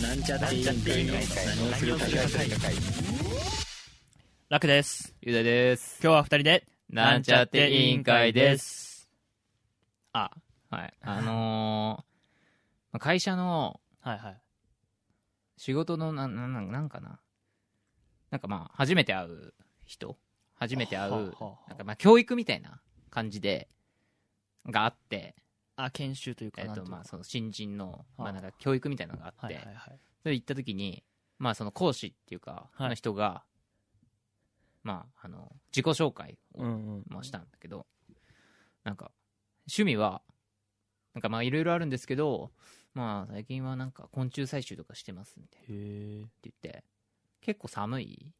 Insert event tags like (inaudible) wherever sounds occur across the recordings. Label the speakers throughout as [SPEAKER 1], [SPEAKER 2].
[SPEAKER 1] なんちゃって委員会の何をするか
[SPEAKER 2] 楽です。
[SPEAKER 3] ゆでです。
[SPEAKER 2] 今日は二人で、
[SPEAKER 3] なんちゃって委員会です。
[SPEAKER 2] あ、
[SPEAKER 3] はい。あのーまあ、会社の
[SPEAKER 2] はいはい。
[SPEAKER 3] 仕事のな、な、ななんかな。なんかまあ、初めて会う人初めて会う
[SPEAKER 2] はあはあは、あ
[SPEAKER 3] なんかまあ、教育みたいな感じで、があって、
[SPEAKER 2] あ、研修というか、
[SPEAKER 3] えっ
[SPEAKER 2] なんてい
[SPEAKER 3] と
[SPEAKER 2] うの
[SPEAKER 3] まあ、その新人の、ま
[SPEAKER 2] は
[SPEAKER 3] あ
[SPEAKER 2] あ
[SPEAKER 3] なんか教育みたいなのがあっ
[SPEAKER 2] はい
[SPEAKER 3] て
[SPEAKER 2] はい、はい。
[SPEAKER 3] それ行った時に、まあその講師っていうか、
[SPEAKER 2] はい
[SPEAKER 3] の人が、まあ、あの、自己紹介を
[SPEAKER 2] うんうん。
[SPEAKER 3] まあ、したんだけど、なんか、趣味は、なんかまあいろいろあるんですけど、まあ最近はなんか昆虫採集とかしてますみたいなっ
[SPEAKER 2] へえ。
[SPEAKER 3] て言って、結構寒い、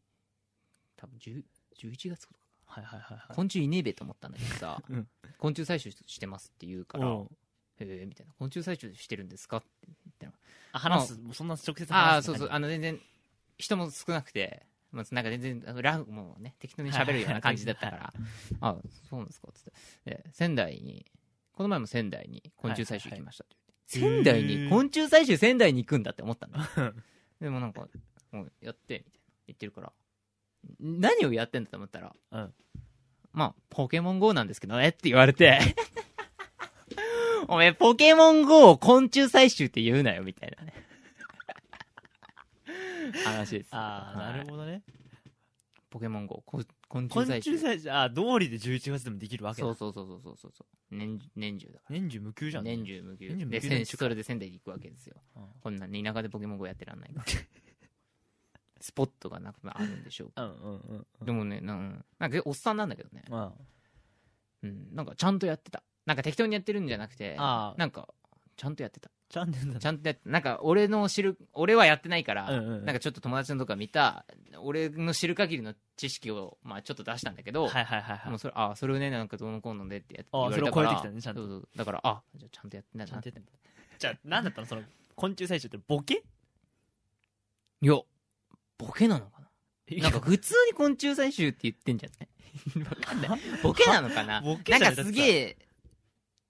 [SPEAKER 3] 多分10 11月とか、
[SPEAKER 2] はいはいはいはい。
[SPEAKER 3] 昆虫いねえべと思ったんだけどさ、
[SPEAKER 2] うん
[SPEAKER 3] 昆虫採集してますって言うから、
[SPEAKER 2] うん
[SPEAKER 3] へえ、みたいな、昆虫採集してるんですかって言ったら、
[SPEAKER 2] あ、話す、そんな直接話す。
[SPEAKER 3] ああ、そうそう、あ
[SPEAKER 2] の、
[SPEAKER 3] の全然、人も少なくて、まあ、なんか全然、あのラフもうね、適当に喋るような感じだったから、あそうなんですか、つって。で、仙台に、この前も仙台に昆虫採集行きましたって言って、
[SPEAKER 2] はいはいはい
[SPEAKER 3] 仙台
[SPEAKER 2] へ
[SPEAKER 3] に、
[SPEAKER 2] ー
[SPEAKER 3] 昆虫採集仙台に行くんだって思ったんだ
[SPEAKER 2] (laughs)
[SPEAKER 3] よでもなんか、もうやって、みたいな言ってるから、何をやってんだと思ったら、
[SPEAKER 2] うん
[SPEAKER 3] まあ、ポケモン GO なんですけどねって言われて、おめえ、ポケモン GO を昆虫採集って言うなよ、みたいなね。話です。
[SPEAKER 2] あー
[SPEAKER 3] はい
[SPEAKER 2] なるほどね。
[SPEAKER 3] ポケモン GO、こ昆虫
[SPEAKER 2] 昆
[SPEAKER 3] 採
[SPEAKER 2] 虫
[SPEAKER 3] 集。
[SPEAKER 2] 採集、あ、道理で11月でもできるわけだ
[SPEAKER 3] そうそうそうそうそうそうそう。年年中だか
[SPEAKER 2] 年中無休じゃ
[SPEAKER 3] ら。
[SPEAKER 2] ん。
[SPEAKER 3] 年中無
[SPEAKER 2] 年中
[SPEAKER 3] 休。
[SPEAKER 2] 無
[SPEAKER 3] で、
[SPEAKER 2] 休
[SPEAKER 3] 選手それで仙台に行くわけですよ
[SPEAKER 2] うん。
[SPEAKER 3] こんなに田舎でポケモン GO やってら
[SPEAKER 2] (laughs)
[SPEAKER 3] んないから。スポットがなくあるんでしょうか。
[SPEAKER 2] うんうんうんうん。
[SPEAKER 3] でもね、なんなんかおっさんなんだけどね。
[SPEAKER 2] うん。あ
[SPEAKER 3] うん、なんかちゃんとやってた。なんか適当にやってるんじゃなくて、
[SPEAKER 2] あー
[SPEAKER 3] なんか、ちゃんとやってた。
[SPEAKER 2] チャンネルだ
[SPEAKER 3] ちゃんとやって、なんか俺の知る、俺はやってないから、
[SPEAKER 2] うんうん
[SPEAKER 3] なんかちょっと友達のとか見た、俺の知る限りの知識を、まあちょっと出したんだけど、
[SPEAKER 2] はいはいはいは
[SPEAKER 3] も。
[SPEAKER 2] いう
[SPEAKER 3] それ、あそれをね、なんかどうのこうのでってやって
[SPEAKER 2] あ
[SPEAKER 3] 言われたから。
[SPEAKER 2] それを超えてきたねちゃんと
[SPEAKER 3] そうそうだから、あじゃあちゃんとやってんだな
[SPEAKER 2] ちゃんとやってんだじゃあ、なんだったのその、昆虫採集ってボケ
[SPEAKER 3] いや、ボケなのかな
[SPEAKER 2] (laughs)
[SPEAKER 3] なんか普通に昆虫採集って言ってんじゃないわかん
[SPEAKER 2] (laughs)
[SPEAKER 3] ない。ボケなのかな
[SPEAKER 2] ボケじ
[SPEAKER 3] な
[SPEAKER 2] ゃ
[SPEAKER 3] ん
[SPEAKER 2] ない
[SPEAKER 3] かすげえ、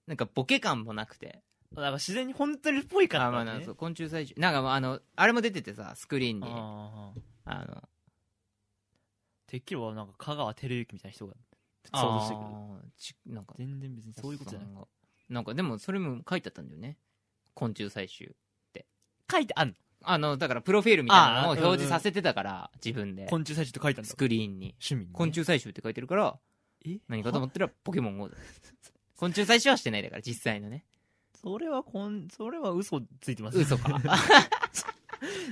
[SPEAKER 3] なんかボケ感もなくて。
[SPEAKER 2] なんか自然に本当にっぽいから、
[SPEAKER 3] あまあ、なんかそう昆虫採集。なんかまああの、あれも出ててさ、スクリーンに。あ
[SPEAKER 2] ああ
[SPEAKER 3] の、
[SPEAKER 2] てっきりはなんか香川照之みたいな人が想像してくる
[SPEAKER 3] あーちなんか
[SPEAKER 2] 全然別にそういうことじゃない
[SPEAKER 3] なんかなんかでもそれも書いてあったんだよね昆虫採集
[SPEAKER 2] 書いてあんの
[SPEAKER 3] あのだからプロフィールみたいなのを
[SPEAKER 2] あー
[SPEAKER 3] 表示させてたから自分で
[SPEAKER 2] 昆虫採集って書いてあんの
[SPEAKER 3] スクリーンに
[SPEAKER 2] 趣味にね
[SPEAKER 3] 昆虫採集って書いてるから
[SPEAKER 2] え
[SPEAKER 3] 何かと思
[SPEAKER 2] は
[SPEAKER 3] ったらポケモン
[SPEAKER 2] (laughs)
[SPEAKER 3] GO だ昆虫採集はしてないだから実際のね
[SPEAKER 2] それはこんそれは嘘ついてます (laughs)
[SPEAKER 3] 嘘か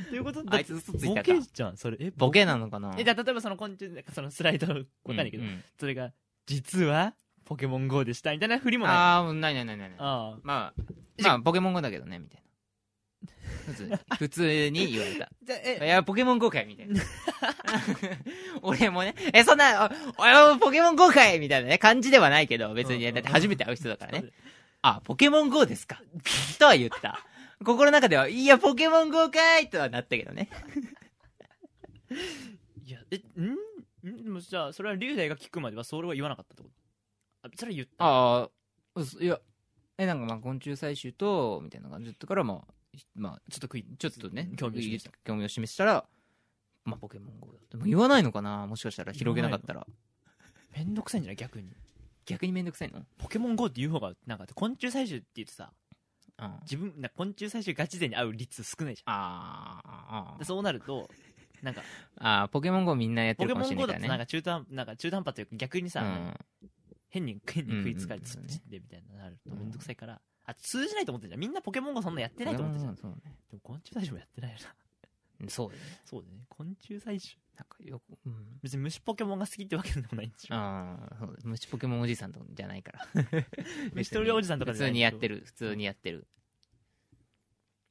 [SPEAKER 2] ということで
[SPEAKER 3] あいつ嘘つい
[SPEAKER 2] ボ
[SPEAKER 3] たか
[SPEAKER 2] ケじゃんそれえ
[SPEAKER 3] ボケなのかな
[SPEAKER 2] えじゃあ例えばその昆虫なんかそのスライドわかんないけど、
[SPEAKER 3] うんうん
[SPEAKER 2] それが実はポケモン GO でしたみたいな振りもないあ
[SPEAKER 3] ああもうないないないないない
[SPEAKER 2] あ
[SPEAKER 3] まあまあポケモン GO だけどねみたいな普
[SPEAKER 2] (laughs)
[SPEAKER 3] 通に普通に言われた
[SPEAKER 2] じゃあ
[SPEAKER 3] い
[SPEAKER 2] え
[SPEAKER 3] や、ポケモン GO かいみたいな。 (laughs) 俺もね、え、そんな、お俺もポケモン GO かいみたいなね、感じではないけど、別に、
[SPEAKER 2] うん
[SPEAKER 3] ね
[SPEAKER 2] うん
[SPEAKER 3] だって初めて会う人だから
[SPEAKER 2] そ
[SPEAKER 3] ね。あ、ポケモン GO ですか。とは言った。心の中では、いや、ポケモン GO かいとはなったけどね。
[SPEAKER 2] いやえんんでもじゃあそれは龍大が聞くまではそれは言わなかったってことあそれは言った
[SPEAKER 3] ああ、いや、え、なんかまあ、昆虫採集と、みたいな感じだったから、まあ、まあ、ちょっと食い、ちょっとね、。
[SPEAKER 2] 興味を示した
[SPEAKER 3] 興味を示したら、まあ、ポケモン GO だって。もう言わないのかなもしかしたら広げなかったら。
[SPEAKER 2] めんどくさいんじゃない逆に
[SPEAKER 3] 逆にめんどくさいの
[SPEAKER 2] ポケモン GO って言う方がなんか昆虫採集って言うとさ
[SPEAKER 3] うん。
[SPEAKER 2] 自分なんか昆虫採集ガチ勢に合う率少ないじ
[SPEAKER 3] あ
[SPEAKER 2] ゃん
[SPEAKER 3] あ
[SPEAKER 2] で、そうなるとなん
[SPEAKER 3] (laughs)
[SPEAKER 2] か
[SPEAKER 3] ああ、ポケモン GO みんなやって
[SPEAKER 2] ポケ
[SPEAKER 3] るか
[SPEAKER 2] モ
[SPEAKER 3] もし
[SPEAKER 2] ン
[SPEAKER 3] れな
[SPEAKER 2] GO だ
[SPEAKER 3] いから
[SPEAKER 2] と
[SPEAKER 3] ね。
[SPEAKER 2] なんか中途半なんか中途半端というか逆にさ、
[SPEAKER 3] うん、
[SPEAKER 2] 変に変に食いつかれて
[SPEAKER 3] うんうんうん
[SPEAKER 2] 知ってみたいなのなるとめんどくさいから、あ通じないと思ってんじゃんみんなポケモン GO そんなやってないと思ってんじゃん、
[SPEAKER 3] うんそうね。
[SPEAKER 2] でも昆虫採集もやってないよ (laughs) な
[SPEAKER 3] うんそうだよね。
[SPEAKER 2] そうだね昆虫採集
[SPEAKER 3] なんかよく、うん。
[SPEAKER 2] 別に虫ポケモンが好きってわけでもないんでしょ
[SPEAKER 3] ああ、そうだ虫ポケモンおじさんとかじゃないから。
[SPEAKER 2] (laughs) 虫捕りおじさんとか
[SPEAKER 3] 普
[SPEAKER 2] じゃな
[SPEAKER 3] 通
[SPEAKER 2] い
[SPEAKER 3] にやってる、普通にやってる。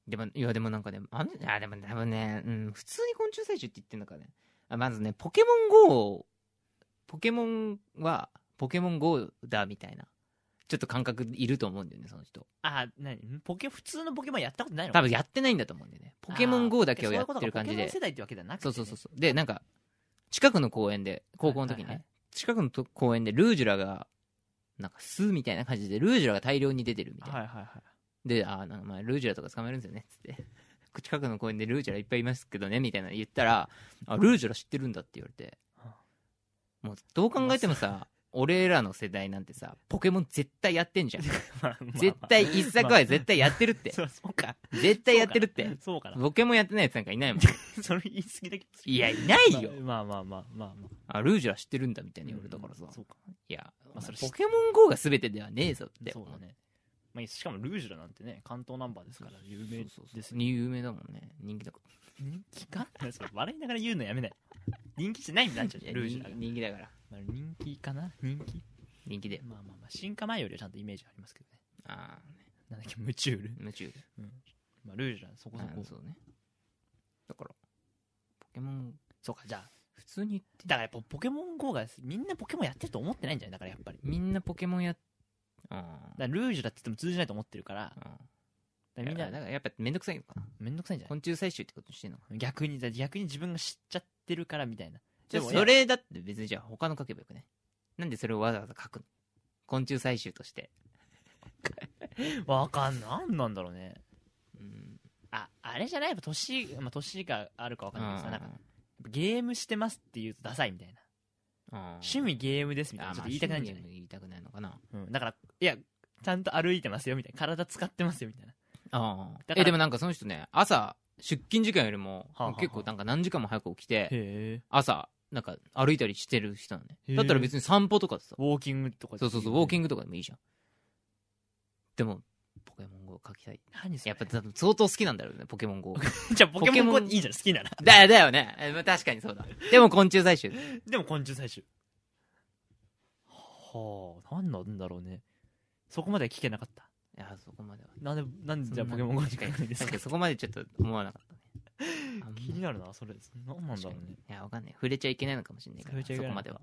[SPEAKER 3] でも、いや、でもなんかね、あんあでも多分ね、うん、普通に昆虫採集って言ってんのかね。あまずね、ポケモン GO を、ポケモンは、ポケモン GO だみたいな、ちょっと感覚いると思うんだよね、その人。
[SPEAKER 2] あ何ポケ普通のポケモンやったことないの
[SPEAKER 3] 多分やってないんだと思うんだよね。ポケモン GO だけをや
[SPEAKER 2] あー
[SPEAKER 3] ってる感じ
[SPEAKER 2] そういうことかポケモン
[SPEAKER 3] で。
[SPEAKER 2] 世代ってわけじゃなくて
[SPEAKER 3] そ
[SPEAKER 2] ね、
[SPEAKER 3] うそうそうそう。で、なんか、近くの公園で、高校の時にね、
[SPEAKER 2] はいはいはい
[SPEAKER 3] 近くのと公園でルージュラが、なんか巣みたいな感じで、ルージュラが大量に出てるみたいな。
[SPEAKER 2] はいはいはい
[SPEAKER 3] で、あーなんかまあ、ルージュラとか捕まえるんですよね、つって。 (laughs) 近くの公園でルージュラいっぱいいますけどねみたいなの言ったらあルージュラ知ってるんだって言われてもうどう考えてもさ俺らの世代なんてさポケモン絶対やってんじゃん
[SPEAKER 2] (laughs) まあまあ
[SPEAKER 3] 絶対一作は絶対やってるって
[SPEAKER 2] そうそうか
[SPEAKER 3] 絶対やってるって
[SPEAKER 2] そうかな
[SPEAKER 3] ポケモンやってないやつなんかいないもん
[SPEAKER 2] それ言 (laughs) い過ぎだけど
[SPEAKER 3] いやいないよ
[SPEAKER 2] まあまあまあまあまあまあ
[SPEAKER 3] あルージュラ知ってるんだみたいに言われたからさ
[SPEAKER 2] そうか
[SPEAKER 3] いや、
[SPEAKER 2] まあそれ
[SPEAKER 3] ポケモン GO が全てではねえぞって
[SPEAKER 2] そうだねまあしかもルージュラなんてね関東ナンバーですから有名
[SPEAKER 3] そうそう
[SPEAKER 2] です
[SPEAKER 3] そ
[SPEAKER 2] よ
[SPEAKER 3] う有名だもんね人気だか
[SPEAKER 2] 人気か (laughs) それ笑いながら言うのやめない人気じゃないんだっちゃ
[SPEAKER 3] ら
[SPEAKER 2] うルージュラが
[SPEAKER 3] 人人気だから
[SPEAKER 2] まあ人気かな人気
[SPEAKER 3] 人気で
[SPEAKER 2] まあまあまあ進化前よりはちゃんとイメージありますけどね
[SPEAKER 3] ああ
[SPEAKER 2] なんだっけムチュール、
[SPEAKER 3] 夢中
[SPEAKER 2] まあ、ルージュラそこ
[SPEAKER 3] あ
[SPEAKER 2] そ
[SPEAKER 3] ー
[SPEAKER 2] こ
[SPEAKER 3] そうねだからポケモン
[SPEAKER 2] そうかじゃあ
[SPEAKER 3] 普通に言って
[SPEAKER 2] だからやっぱポケモン GO がみんなポケモンやってると思ってないんじゃないだからやっぱりだか
[SPEAKER 3] みんなポケモンやあー
[SPEAKER 2] らルージュラって言っても通じないと思ってるからだか
[SPEAKER 3] あ
[SPEAKER 2] ら
[SPEAKER 3] ー
[SPEAKER 2] みん
[SPEAKER 3] いや
[SPEAKER 2] な
[SPEAKER 3] だからやっぱめんどくさいのかな
[SPEAKER 2] めんどくさいんじゃな
[SPEAKER 3] 昆虫採集ってことしてんのか
[SPEAKER 2] い逆にだ逆に自分が知っちゃってるからみたいな
[SPEAKER 3] じゃあ
[SPEAKER 2] でも
[SPEAKER 3] それだって別にじゃあ他の書けばよくねなんでそれをわざわざ書くの昆虫採集として
[SPEAKER 2] わかんないなんなんだろうね
[SPEAKER 3] うん
[SPEAKER 2] ああれじゃないやっぱ年,、まあ、年があるかわかんないけどさなんか
[SPEAKER 3] あ
[SPEAKER 2] ゲームしてますって言うとダサいみたいな
[SPEAKER 3] ーあー
[SPEAKER 2] 趣味ゲームですみたい
[SPEAKER 3] あ
[SPEAKER 2] な
[SPEAKER 3] ー
[SPEAKER 2] ちょ
[SPEAKER 3] ま
[SPEAKER 2] っ
[SPEAKER 3] あ
[SPEAKER 2] と言いたくないんじゃない
[SPEAKER 3] 趣味も言いたくないのかな
[SPEAKER 2] うん、だから、いや、ちゃんと歩いてますよみたいな、体使ってますよみたいな。
[SPEAKER 3] ああ
[SPEAKER 2] だから
[SPEAKER 3] えでもなんかその人ね朝出勤時間よりも
[SPEAKER 2] はあはあ
[SPEAKER 3] 結構なんか何時間も早く起きて
[SPEAKER 2] へえ。
[SPEAKER 3] 朝なんか歩いたりしてる人なのね
[SPEAKER 2] へえ
[SPEAKER 3] だったら別に散歩とかでさ
[SPEAKER 2] ウォーキングとか
[SPEAKER 3] そうそうそうウォーキ
[SPEAKER 2] ング。
[SPEAKER 3] ングとかでもいいじゃんでもポケモン GO を書きたい
[SPEAKER 2] 何それ
[SPEAKER 3] やっぱ多分相当好きなんだろうねポケモン GO
[SPEAKER 2] (laughs) じゃあポケモン
[SPEAKER 3] ポケモ
[SPEAKER 2] GO
[SPEAKER 3] ン
[SPEAKER 2] いいじゃん、好きなら。
[SPEAKER 3] だよだよねえまあ確かにそうだでも昆虫採集
[SPEAKER 2] でも昆虫採集。はあ、何なんだろうね。そこまでは聞けなかった。
[SPEAKER 3] いやそこまでは
[SPEAKER 2] なんで、なんでじゃあ
[SPEAKER 3] そ
[SPEAKER 2] ポ
[SPEAKER 3] んな
[SPEAKER 2] ケモン GO に
[SPEAKER 3] 確
[SPEAKER 2] 行か
[SPEAKER 3] かに
[SPEAKER 2] ないんです
[SPEAKER 3] なん
[SPEAKER 2] か
[SPEAKER 3] かそこまでちょっと思わなかったねあんま
[SPEAKER 2] 気になるな、それ。何なんだろうね。
[SPEAKER 3] いやわかんない触れちゃいけないのかもしれないか
[SPEAKER 2] 触
[SPEAKER 3] ら
[SPEAKER 2] れちゃい
[SPEAKER 3] そ
[SPEAKER 2] けない
[SPEAKER 3] こまでは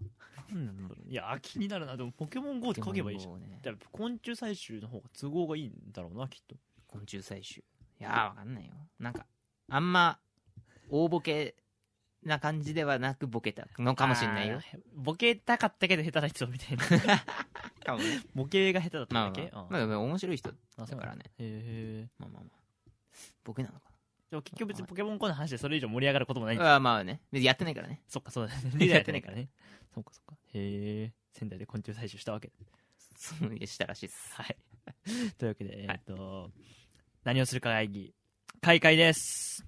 [SPEAKER 2] 何なんだろうね。いや、気になるな。でもポケモン GO って書けばいいじゃん。
[SPEAKER 3] ポケモン GO ね
[SPEAKER 2] だから昆虫採集の方が都合がいいんだろうな、きっと。
[SPEAKER 3] 昆虫採集いやーわかんないよなんかあんま大ボケな感じではなくボケたのかもしれないよ
[SPEAKER 2] あー。ボケたかったけど下手な人みたいな。
[SPEAKER 3] (laughs) かもね
[SPEAKER 2] ボケが下手だった
[SPEAKER 3] まあ
[SPEAKER 2] んだっけ、
[SPEAKER 3] まあ
[SPEAKER 2] うん
[SPEAKER 3] まあでも面白い人
[SPEAKER 2] あ
[SPEAKER 3] だからね
[SPEAKER 2] へえ
[SPEAKER 3] まあまあまあボケなのか
[SPEAKER 2] でも結局別にポケモンコの話でそれ以上盛り上がることもないんだ
[SPEAKER 3] なあーまあね別にやってないからね
[SPEAKER 2] そっかそうだね
[SPEAKER 3] リーダー
[SPEAKER 2] や
[SPEAKER 3] や
[SPEAKER 2] っ
[SPEAKER 3] っ
[SPEAKER 2] な
[SPEAKER 3] ててないい
[SPEAKER 2] か
[SPEAKER 3] からら (laughs)
[SPEAKER 2] ねそっかそっかへえ仙台で昆虫採集したわけ
[SPEAKER 3] そうしたらしいっす
[SPEAKER 2] はいというわけでえーっと、何をするか会議開会です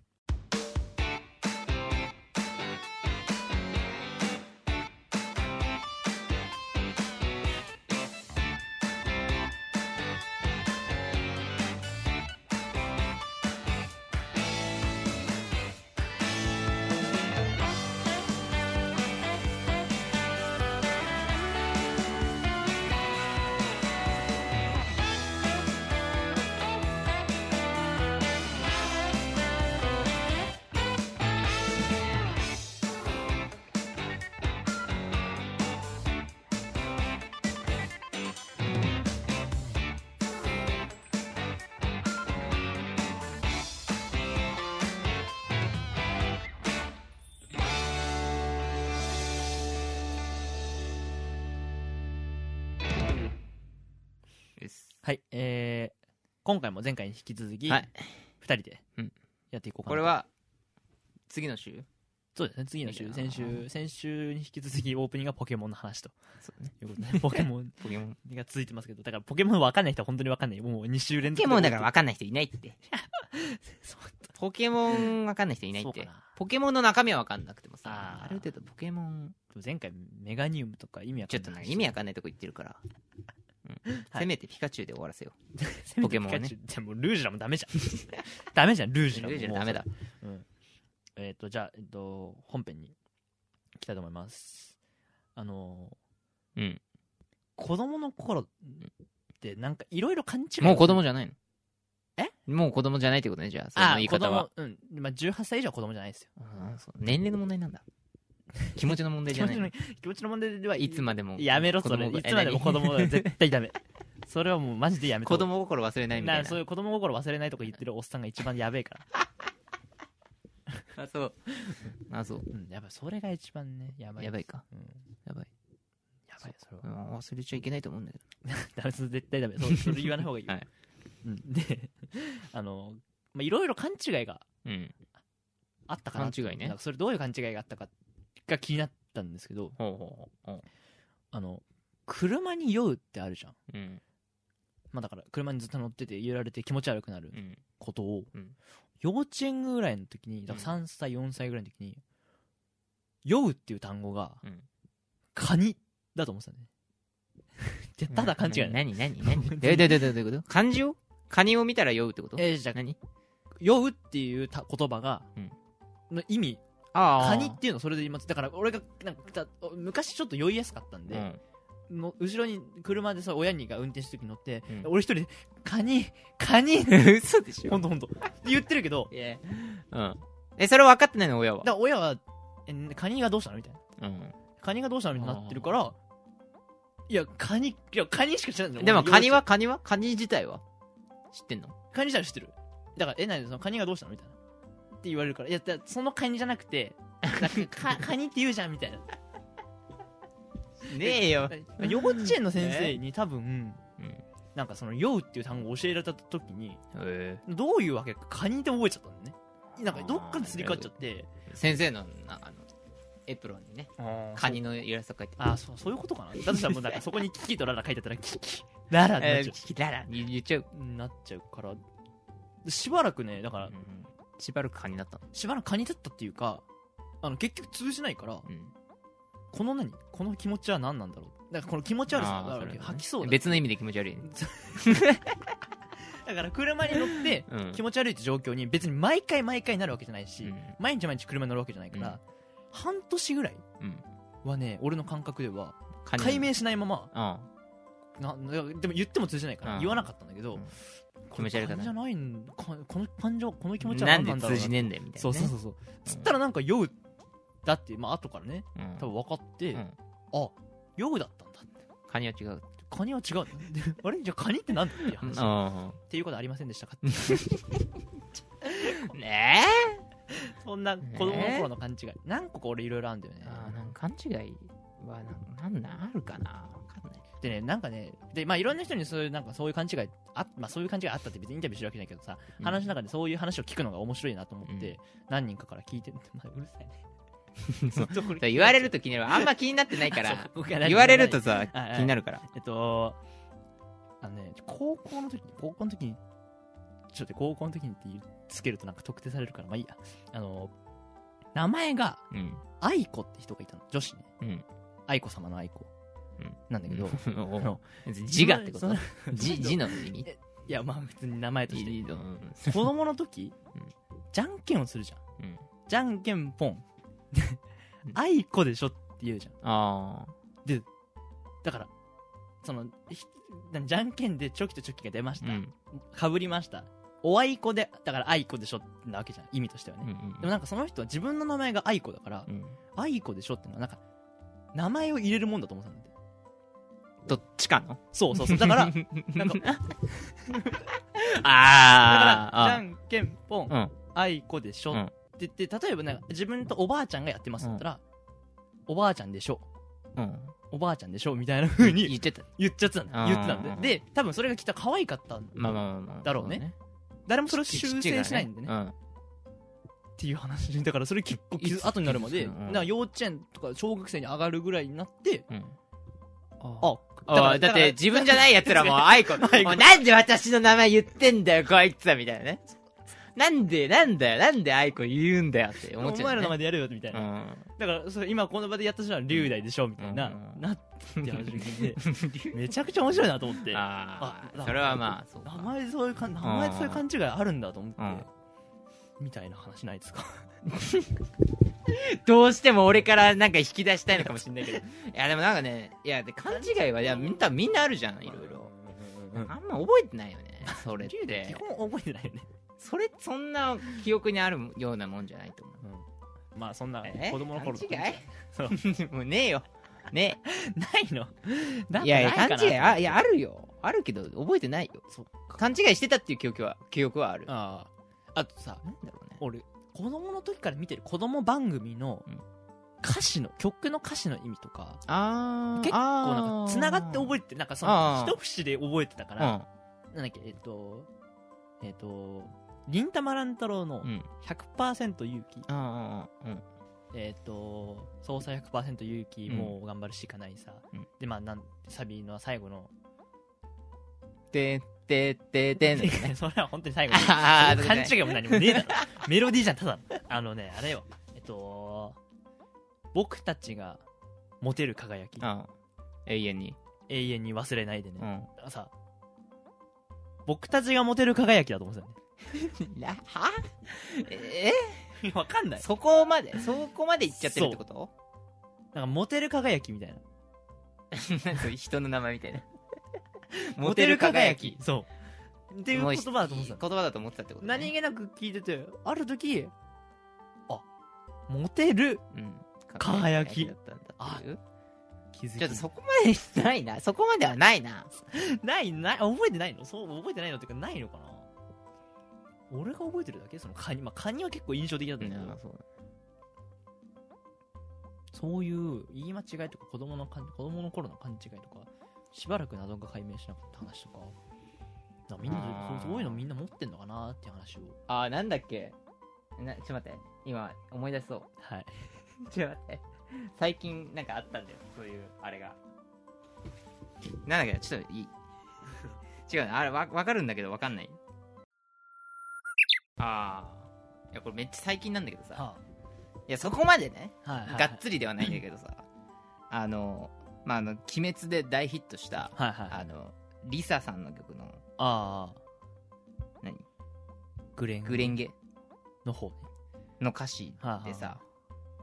[SPEAKER 3] うっす
[SPEAKER 2] はいえー、今回も前回に引き続き、
[SPEAKER 3] は
[SPEAKER 2] 二
[SPEAKER 3] い
[SPEAKER 2] 2人で
[SPEAKER 3] うん
[SPEAKER 2] やっていこうかな
[SPEAKER 3] これは次の週
[SPEAKER 2] そうですね次の
[SPEAKER 3] い
[SPEAKER 2] 週
[SPEAKER 3] いな
[SPEAKER 2] 先週先週に引き続きオープニングはポケモンの話と
[SPEAKER 3] そうね
[SPEAKER 2] いうことで (laughs) ポケモン
[SPEAKER 3] ポケモン
[SPEAKER 2] が続いてますけどだからポケモン分かんない人は本当に分かんないもう2週連
[SPEAKER 3] (laughs) ポ
[SPEAKER 2] 続
[SPEAKER 3] ケモンだから分かんない人いないって
[SPEAKER 2] (laughs) そう
[SPEAKER 3] ポケモン分かんない人いない
[SPEAKER 2] そ
[SPEAKER 3] っ
[SPEAKER 2] うか
[SPEAKER 3] て
[SPEAKER 2] な
[SPEAKER 3] ポケモンの中身は分かんなくてもさ
[SPEAKER 2] あー
[SPEAKER 3] ある程度ポケモン
[SPEAKER 2] 前回メガニウムとか意味わか
[SPEAKER 3] ちょっ
[SPEAKER 2] ん
[SPEAKER 3] と
[SPEAKER 2] な
[SPEAKER 3] ないんか
[SPEAKER 2] (laughs)
[SPEAKER 3] 意味わかんないとこ言ってるから、うん
[SPEAKER 2] はい
[SPEAKER 3] せめてピカチュウで終わらせよ
[SPEAKER 2] せめて
[SPEAKER 3] ポケモンはね
[SPEAKER 2] ピカチュウじゃあもうルージュラもダメじゃん (laughs) ダメじゃんルー
[SPEAKER 3] う
[SPEAKER 2] ジュラも
[SPEAKER 3] ルージュラダメだ
[SPEAKER 2] うんえっ、とじゃあ、えっと本編に行きたいと思いますあの
[SPEAKER 3] うん
[SPEAKER 2] ー子供の頃ってなんかいろいろ勘違い
[SPEAKER 3] もう子供じゃないの
[SPEAKER 2] え
[SPEAKER 3] もう子供じゃないってことねじゃあそ
[SPEAKER 2] あ
[SPEAKER 3] の言い方は
[SPEAKER 2] 子供うん、まあ、18歳以上は子供じゃないですよ
[SPEAKER 3] あーそう年齢の問題なんだ (laughs) 気持ちの問題
[SPEAKER 2] 気
[SPEAKER 3] じゃ
[SPEAKER 2] 持
[SPEAKER 3] な
[SPEAKER 2] ちの
[SPEAKER 3] い
[SPEAKER 2] 気持ちの問題ではい
[SPEAKER 3] つまでも
[SPEAKER 2] やめろそれ
[SPEAKER 3] 子供が
[SPEAKER 2] いつまでも子供は絶対ダメそれはもうマジでやめ
[SPEAKER 3] え何
[SPEAKER 2] て
[SPEAKER 3] 子供心忘れないみたいな
[SPEAKER 2] そういう子供心忘れないとか言ってるおっさんが一番やべえから
[SPEAKER 3] あそうあそう
[SPEAKER 2] うん、やばい、それが一番ね、やばい。
[SPEAKER 3] やばいか
[SPEAKER 2] うん。
[SPEAKER 3] やばい、
[SPEAKER 2] やばい、それは
[SPEAKER 3] う。ん忘れちゃいけないと思うんだけど
[SPEAKER 2] ダメ、それ絶対ダメ。そうそれ言わない方がいいよ。
[SPEAKER 3] はい
[SPEAKER 2] うんで、あの、まあ、いろいろ勘違いが
[SPEAKER 3] うん。
[SPEAKER 2] あったかなって
[SPEAKER 3] 勘違いね
[SPEAKER 2] なんかそれどういう勘違いがあったかが気になったんですけど
[SPEAKER 3] ほうほうほうほ
[SPEAKER 2] あの車に酔うってあるじゃん、
[SPEAKER 3] う。うん。
[SPEAKER 2] まあ、だから車にずっと乗ってて揺られて気持ち悪くなる
[SPEAKER 3] うん。
[SPEAKER 2] ことを、
[SPEAKER 3] うん
[SPEAKER 2] 幼稚園ぐらいの時にだから3歳4歳ぐらいの時に酔うっていう単語が
[SPEAKER 3] うん。
[SPEAKER 2] カニだと思ってたね (laughs) でただ勘違いだね、
[SPEAKER 3] 何何何ででで (laughs) でどういうこと漢字をカニを見たら酔うってこと
[SPEAKER 2] えーじゃあ
[SPEAKER 3] 何
[SPEAKER 2] 酔うっていうた言葉が、
[SPEAKER 3] うん
[SPEAKER 2] の意味
[SPEAKER 3] あ
[SPEAKER 2] カニっていうのそれで今だから俺がなんかた昔ちょっと酔いやすかったんで、
[SPEAKER 3] うん
[SPEAKER 2] の後ろに車でさ親にが運転してる時に乗って、
[SPEAKER 3] うん
[SPEAKER 2] 俺一人で「カニカニ
[SPEAKER 3] (laughs) 嘘でしょ
[SPEAKER 2] ほんとほんと」って言ってるけど
[SPEAKER 3] いやうん。え、それ分かってないの親は
[SPEAKER 2] だか。ら親はえ「カニがどうしたの?」みたいな
[SPEAKER 3] うん。
[SPEAKER 2] 「カニがどうしたの?」みたいになってるからいやカニいやカニしか知らないんだよ
[SPEAKER 3] でも
[SPEAKER 2] 俺
[SPEAKER 3] カニはカニはカニ自体は知ってんの
[SPEAKER 2] カニ自体は知ってるだから「え何そのカニがどうしたの?」みたいなって言われるからいやだそのカニじゃなくてなん (laughs) かかカニって言うじゃんみたいな (laughs)
[SPEAKER 3] ねえよ。
[SPEAKER 2] 幼稚園の先生に多分、
[SPEAKER 3] うん。
[SPEAKER 2] なんかその「酔う」っていう単語を教えられた時に
[SPEAKER 3] へ
[SPEAKER 2] どういうわけかカニで覚えちゃったんだよねなんかどっかですり替わっちゃって
[SPEAKER 3] え先生の、なあの、エプロンにね、カニのイラスト書いて
[SPEAKER 2] あーそうそういうことかなだとしたらもうなんかそこにキキとララ書いてあったらキキララになっ
[SPEAKER 3] え
[SPEAKER 2] ち
[SPEAKER 3] ー、
[SPEAKER 2] ゃ
[SPEAKER 3] 聞きたら言言っちゃう。
[SPEAKER 2] うなっちゃうからしばらくねだから
[SPEAKER 3] うんしばらくカニだったの。
[SPEAKER 2] しばらくカニだったっていうかあの結局通じないから
[SPEAKER 3] うん。
[SPEAKER 2] この何この気持ちは何なんだろうだからこの気持ち悪さ
[SPEAKER 3] あー
[SPEAKER 2] が
[SPEAKER 3] それはね
[SPEAKER 2] 吐きそうだ
[SPEAKER 3] 別の意味で気持ち悪いね。
[SPEAKER 2] だから車に乗
[SPEAKER 3] (laughs)
[SPEAKER 2] って
[SPEAKER 3] うん
[SPEAKER 2] 気持ち悪いって状況に別に毎回毎回なるわけじゃないし、
[SPEAKER 3] うん
[SPEAKER 2] 毎日毎日車に乗るわけじゃないから、半年ぐらい
[SPEAKER 3] うん。
[SPEAKER 2] はね俺の感覚では
[SPEAKER 3] カニ。
[SPEAKER 2] 解明しないまま
[SPEAKER 3] うん。
[SPEAKER 2] ななでも言っても通じないから、
[SPEAKER 3] うん
[SPEAKER 2] 言わなかったんだけど、
[SPEAKER 3] うん
[SPEAKER 2] こ
[SPEAKER 3] 気
[SPEAKER 2] れ
[SPEAKER 3] 持ち悪か
[SPEAKER 2] 感
[SPEAKER 3] った
[SPEAKER 2] じじゃないんかこの感情この気持ちは
[SPEAKER 3] な
[SPEAKER 2] 何
[SPEAKER 3] ん
[SPEAKER 2] な
[SPEAKER 3] で
[SPEAKER 2] んだろう
[SPEAKER 3] 通
[SPEAKER 2] な
[SPEAKER 3] じねえんだよみたいなね。
[SPEAKER 2] そうそうそうそう
[SPEAKER 3] うん
[SPEAKER 2] つったらなんか酔うだってまあ後からね
[SPEAKER 3] うん
[SPEAKER 2] 多分分かって、
[SPEAKER 3] うん
[SPEAKER 2] あ酔うだったんだって
[SPEAKER 3] カニは違う。
[SPEAKER 2] カニは違うんだで (laughs) あれじゃあカニってなんだっていう
[SPEAKER 3] う
[SPEAKER 2] 話、っ
[SPEAKER 3] ん。
[SPEAKER 2] ていうことありませんでしたかって
[SPEAKER 3] ね
[SPEAKER 2] そんな子供の頃の勘違い、何個か俺いろいろあるんだよ
[SPEAKER 3] え
[SPEAKER 2] ね
[SPEAKER 3] あーなんか勘違いはなんなんなんあるかなわかんない。
[SPEAKER 2] でねなんかねでまあいろんな人にそういうなんかそういう勘違いあまあそういう勘違いあったって別にインタビューしてるわけじゃないけどさ、
[SPEAKER 3] うん
[SPEAKER 2] 話の中でそういう話を聞くのが面白いなと思って、
[SPEAKER 3] うん
[SPEAKER 2] 何人かから聞いてるまあうるさい
[SPEAKER 3] (laughs)
[SPEAKER 2] ねずっとこれ
[SPEAKER 3] そう言われると気になる。あんま気になってないか
[SPEAKER 2] (laughs) そう
[SPEAKER 3] ら。
[SPEAKER 2] 僕は何
[SPEAKER 3] 言われるとさ、
[SPEAKER 2] はいはい
[SPEAKER 3] 気になるから。
[SPEAKER 2] えっとあのね高校の時に高校の時にちょっと高校の時にって言うつけるとなんか特定されるからまあいいやあの名前が
[SPEAKER 3] うん。
[SPEAKER 2] 愛子って人がいたの女子ね
[SPEAKER 3] うん。
[SPEAKER 2] 愛子様の愛子、
[SPEAKER 3] うん
[SPEAKER 2] なんだけど、あの
[SPEAKER 3] (laughs) 自我ってこ
[SPEAKER 2] そ
[SPEAKER 3] と
[SPEAKER 2] の
[SPEAKER 3] 自自の意味
[SPEAKER 2] えいやまあ別に名前として
[SPEAKER 3] いいのうん
[SPEAKER 2] 子供の時、
[SPEAKER 3] うん
[SPEAKER 2] じゃんけんをするじゃん。
[SPEAKER 3] うん
[SPEAKER 2] じゃんけんポン。であいこでしょって言うじゃん。
[SPEAKER 3] あ
[SPEAKER 2] だから、その、ひじゃんけんでチョキとチョキが出まし
[SPEAKER 3] あ。
[SPEAKER 2] た。かぶりました。おあいこで、だからあいこでしょなわけじゃん。意味としてはね。でもなんかその人は自分の名前があいこだから、
[SPEAKER 3] うん
[SPEAKER 2] あいこでしょってのはなんか、名前を入れるもんだと思ってたんだって。
[SPEAKER 3] どっちかの
[SPEAKER 2] そうそうそう。だ (laughs)
[SPEAKER 3] (laughs)
[SPEAKER 2] から、なんか、だ
[SPEAKER 3] あ
[SPEAKER 2] から、じゃ
[SPEAKER 3] あ。
[SPEAKER 2] んけんポン、
[SPEAKER 3] うん。
[SPEAKER 2] あいこでしょ
[SPEAKER 3] うん
[SPEAKER 2] って言って、例えばなんか自分とおばあちゃんがやってますだったら、おばあちゃんでしょ、
[SPEAKER 3] うん。
[SPEAKER 2] おばあちゃんでしょみたいな風
[SPEAKER 3] 言
[SPEAKER 2] に
[SPEAKER 3] ってた。
[SPEAKER 2] 言っちゃってたんだ。
[SPEAKER 3] あー
[SPEAKER 2] 言ってたんだよ。で、多分それがきっと可愛かったんだ。
[SPEAKER 3] まあまあまあまあ。
[SPEAKER 2] だろうね誰もそれを
[SPEAKER 3] ち
[SPEAKER 2] 修正しないんでね。
[SPEAKER 3] ちっちゃいからね
[SPEAKER 2] っていう話だからそれ結構
[SPEAKER 3] い
[SPEAKER 2] 傷
[SPEAKER 3] つ
[SPEAKER 2] 後になるまで、
[SPEAKER 3] うん
[SPEAKER 2] なんか幼稚園とか小学生に上がるぐらいになって、
[SPEAKER 3] うん。うん
[SPEAKER 2] あ、
[SPEAKER 3] あだって自分じゃない奴
[SPEAKER 2] (laughs)
[SPEAKER 3] らもアイコン。
[SPEAKER 2] 愛子
[SPEAKER 3] もうなんで私の名前言ってんだよ、こいつは、みたいなね。なんで、なんだよ、なんでアイコン言うんだよって
[SPEAKER 2] お
[SPEAKER 3] 思っちゃう、ね。
[SPEAKER 2] 前らの名前でやるよみたいな、
[SPEAKER 3] うん。
[SPEAKER 2] だからそれ今この場でやった人は龍大でしょみたいな、
[SPEAKER 3] うん
[SPEAKER 2] なって話を聞いて
[SPEAKER 3] (laughs)
[SPEAKER 2] めちゃくちゃ面白いなと思って
[SPEAKER 3] あ
[SPEAKER 2] あ
[SPEAKER 3] あ、それはまあ、そう
[SPEAKER 2] 名
[SPEAKER 3] か。
[SPEAKER 2] 前でそういうか名前でそういう勘違いあるんだと思って、
[SPEAKER 3] うん
[SPEAKER 2] みたいな話ないですか
[SPEAKER 3] どうしても俺からなんか引き出したいのかもしれ
[SPEAKER 2] (laughs)
[SPEAKER 3] ないけど。いや、でもなんかね、いや、で勘違いは、いや、みんな、みんなあるじ (laughs) ゃん、いろいろ。あんま覚えてないよね、それっ
[SPEAKER 2] 龍大基
[SPEAKER 3] て。
[SPEAKER 2] 本覚えてないよね、
[SPEAKER 3] それ、そんな記憶にあるようなもんじゃないと思う。
[SPEAKER 2] まあそんな
[SPEAKER 3] え
[SPEAKER 2] 子供の頃とか
[SPEAKER 3] 勘違い
[SPEAKER 2] そう
[SPEAKER 3] (laughs) もうねえよ。ね
[SPEAKER 2] ないのなんか
[SPEAKER 3] え。いやいや、
[SPEAKER 2] なかな
[SPEAKER 3] 勘違い、あ、いや、あるよ。あるけど、覚えてないよ。
[SPEAKER 2] そっ
[SPEAKER 3] 勘違いしてたっていう記憶は、記憶はある。なん
[SPEAKER 2] あああとさ
[SPEAKER 3] だろうね。
[SPEAKER 2] 俺子供の時から見てる子供番組の
[SPEAKER 3] うん
[SPEAKER 2] 歌詞の曲の歌詞の意味とか
[SPEAKER 3] あー。
[SPEAKER 2] 結構なんかつながって覚
[SPEAKER 3] え
[SPEAKER 2] えてるなんかそ
[SPEAKER 3] あ
[SPEAKER 2] の
[SPEAKER 3] ー
[SPEAKER 2] 一節で覚えてたか
[SPEAKER 3] た
[SPEAKER 2] らなんだっけえっとえっと忍たま乱太郎の
[SPEAKER 3] うん
[SPEAKER 2] 100%勇気、
[SPEAKER 3] ああうん
[SPEAKER 2] えっ、と、操作100%勇気、
[SPEAKER 3] うん
[SPEAKER 2] もう頑張るしかないさ。
[SPEAKER 3] うん
[SPEAKER 2] で、まあ、なんサビの最後の、
[SPEAKER 3] でででで (laughs) の
[SPEAKER 2] それは本当に最後
[SPEAKER 3] あ
[SPEAKER 2] の
[SPEAKER 3] ー
[SPEAKER 2] 勘違いも何もねえだろ。メロディーじゃん、ただの。あのね、あれよ。えっと、僕たちが持てる輝き、
[SPEAKER 3] あ永遠に
[SPEAKER 2] 永遠に忘れないで
[SPEAKER 3] う
[SPEAKER 2] ね。
[SPEAKER 3] ん
[SPEAKER 2] さ、僕たちが持てる輝きだと思ってたよ
[SPEAKER 3] はえ
[SPEAKER 2] ね。わかんない。
[SPEAKER 3] (laughs) そこまでそこまでいっちゃってるってこと
[SPEAKER 2] なんか持てる輝きみたいな。
[SPEAKER 3] (laughs) なんか人の名前みたいな
[SPEAKER 2] モ
[SPEAKER 3] (laughs) モ
[SPEAKER 2] テ
[SPEAKER 3] テ
[SPEAKER 2] る
[SPEAKER 3] る
[SPEAKER 2] 輝
[SPEAKER 3] 輝
[SPEAKER 2] き
[SPEAKER 3] き。
[SPEAKER 2] そう。っていう言葉だと思ってたの。
[SPEAKER 3] 言葉だと思ってたってこと、ね、
[SPEAKER 2] 何気なく聞いてて、ある時、あ、モテる
[SPEAKER 3] うん
[SPEAKER 2] 輝き
[SPEAKER 3] だったんだっていう
[SPEAKER 2] 気づき。
[SPEAKER 3] ちょっとそこまでないな (laughs) そこまではないな
[SPEAKER 2] ない、ない、覚えてないのそう、覚えてないのっていうか、ないのかな俺が覚えてるだけそのカニ。まあ、カニは結構印象的だったんだけど、そういう言い間違いとか子供の感、子供の頃の勘違いとか、しばらく謎が解明しなかった話とか、だからみんな
[SPEAKER 3] あー
[SPEAKER 2] そう、そういうのみんな持ってんのかなっていう話を。
[SPEAKER 3] あーなんだっけなちょっと待って今思い出そう (laughs)
[SPEAKER 2] はい。
[SPEAKER 3] ちょっと待って最近なんかあったんだよそういうあれがなんだっけちょっといい (laughs) 違うなあれわわかるんだけどわかんないああいやこれめっちゃ最近なんだけどさ
[SPEAKER 2] はい
[SPEAKER 3] やそこまでね
[SPEAKER 2] あ、はい、はい。
[SPEAKER 3] がっつりではないんだけどさあのまああの「鬼滅」で大ヒットした
[SPEAKER 2] はいはい。
[SPEAKER 3] あのリサさんの曲の
[SPEAKER 2] ああ。
[SPEAKER 3] 何
[SPEAKER 2] グレン。
[SPEAKER 3] 「グレンゲ」
[SPEAKER 2] の方ね。
[SPEAKER 3] の歌詞で
[SPEAKER 2] は
[SPEAKER 3] さ、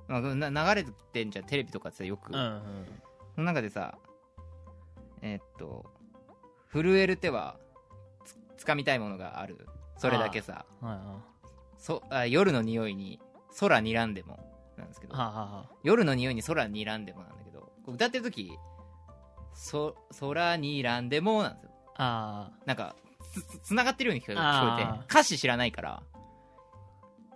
[SPEAKER 3] まあ、な流れてんじゃんテレビとかってさよく、
[SPEAKER 2] うんうん。
[SPEAKER 3] その中でさえーっと震える手はつ掴みたいものがあるそれだけさ
[SPEAKER 2] はいはい。
[SPEAKER 3] そあ夜の匂いに空睨んでもなんですけど
[SPEAKER 2] はあ、は
[SPEAKER 3] 夜の匂いに空睨んでもなんだけどこう歌ってる時そ空睨んでもなんですよ
[SPEAKER 2] あ、あ
[SPEAKER 3] なんかつつつながってるように聞こえ聞こえ
[SPEAKER 2] あ
[SPEAKER 3] て歌詞知らないから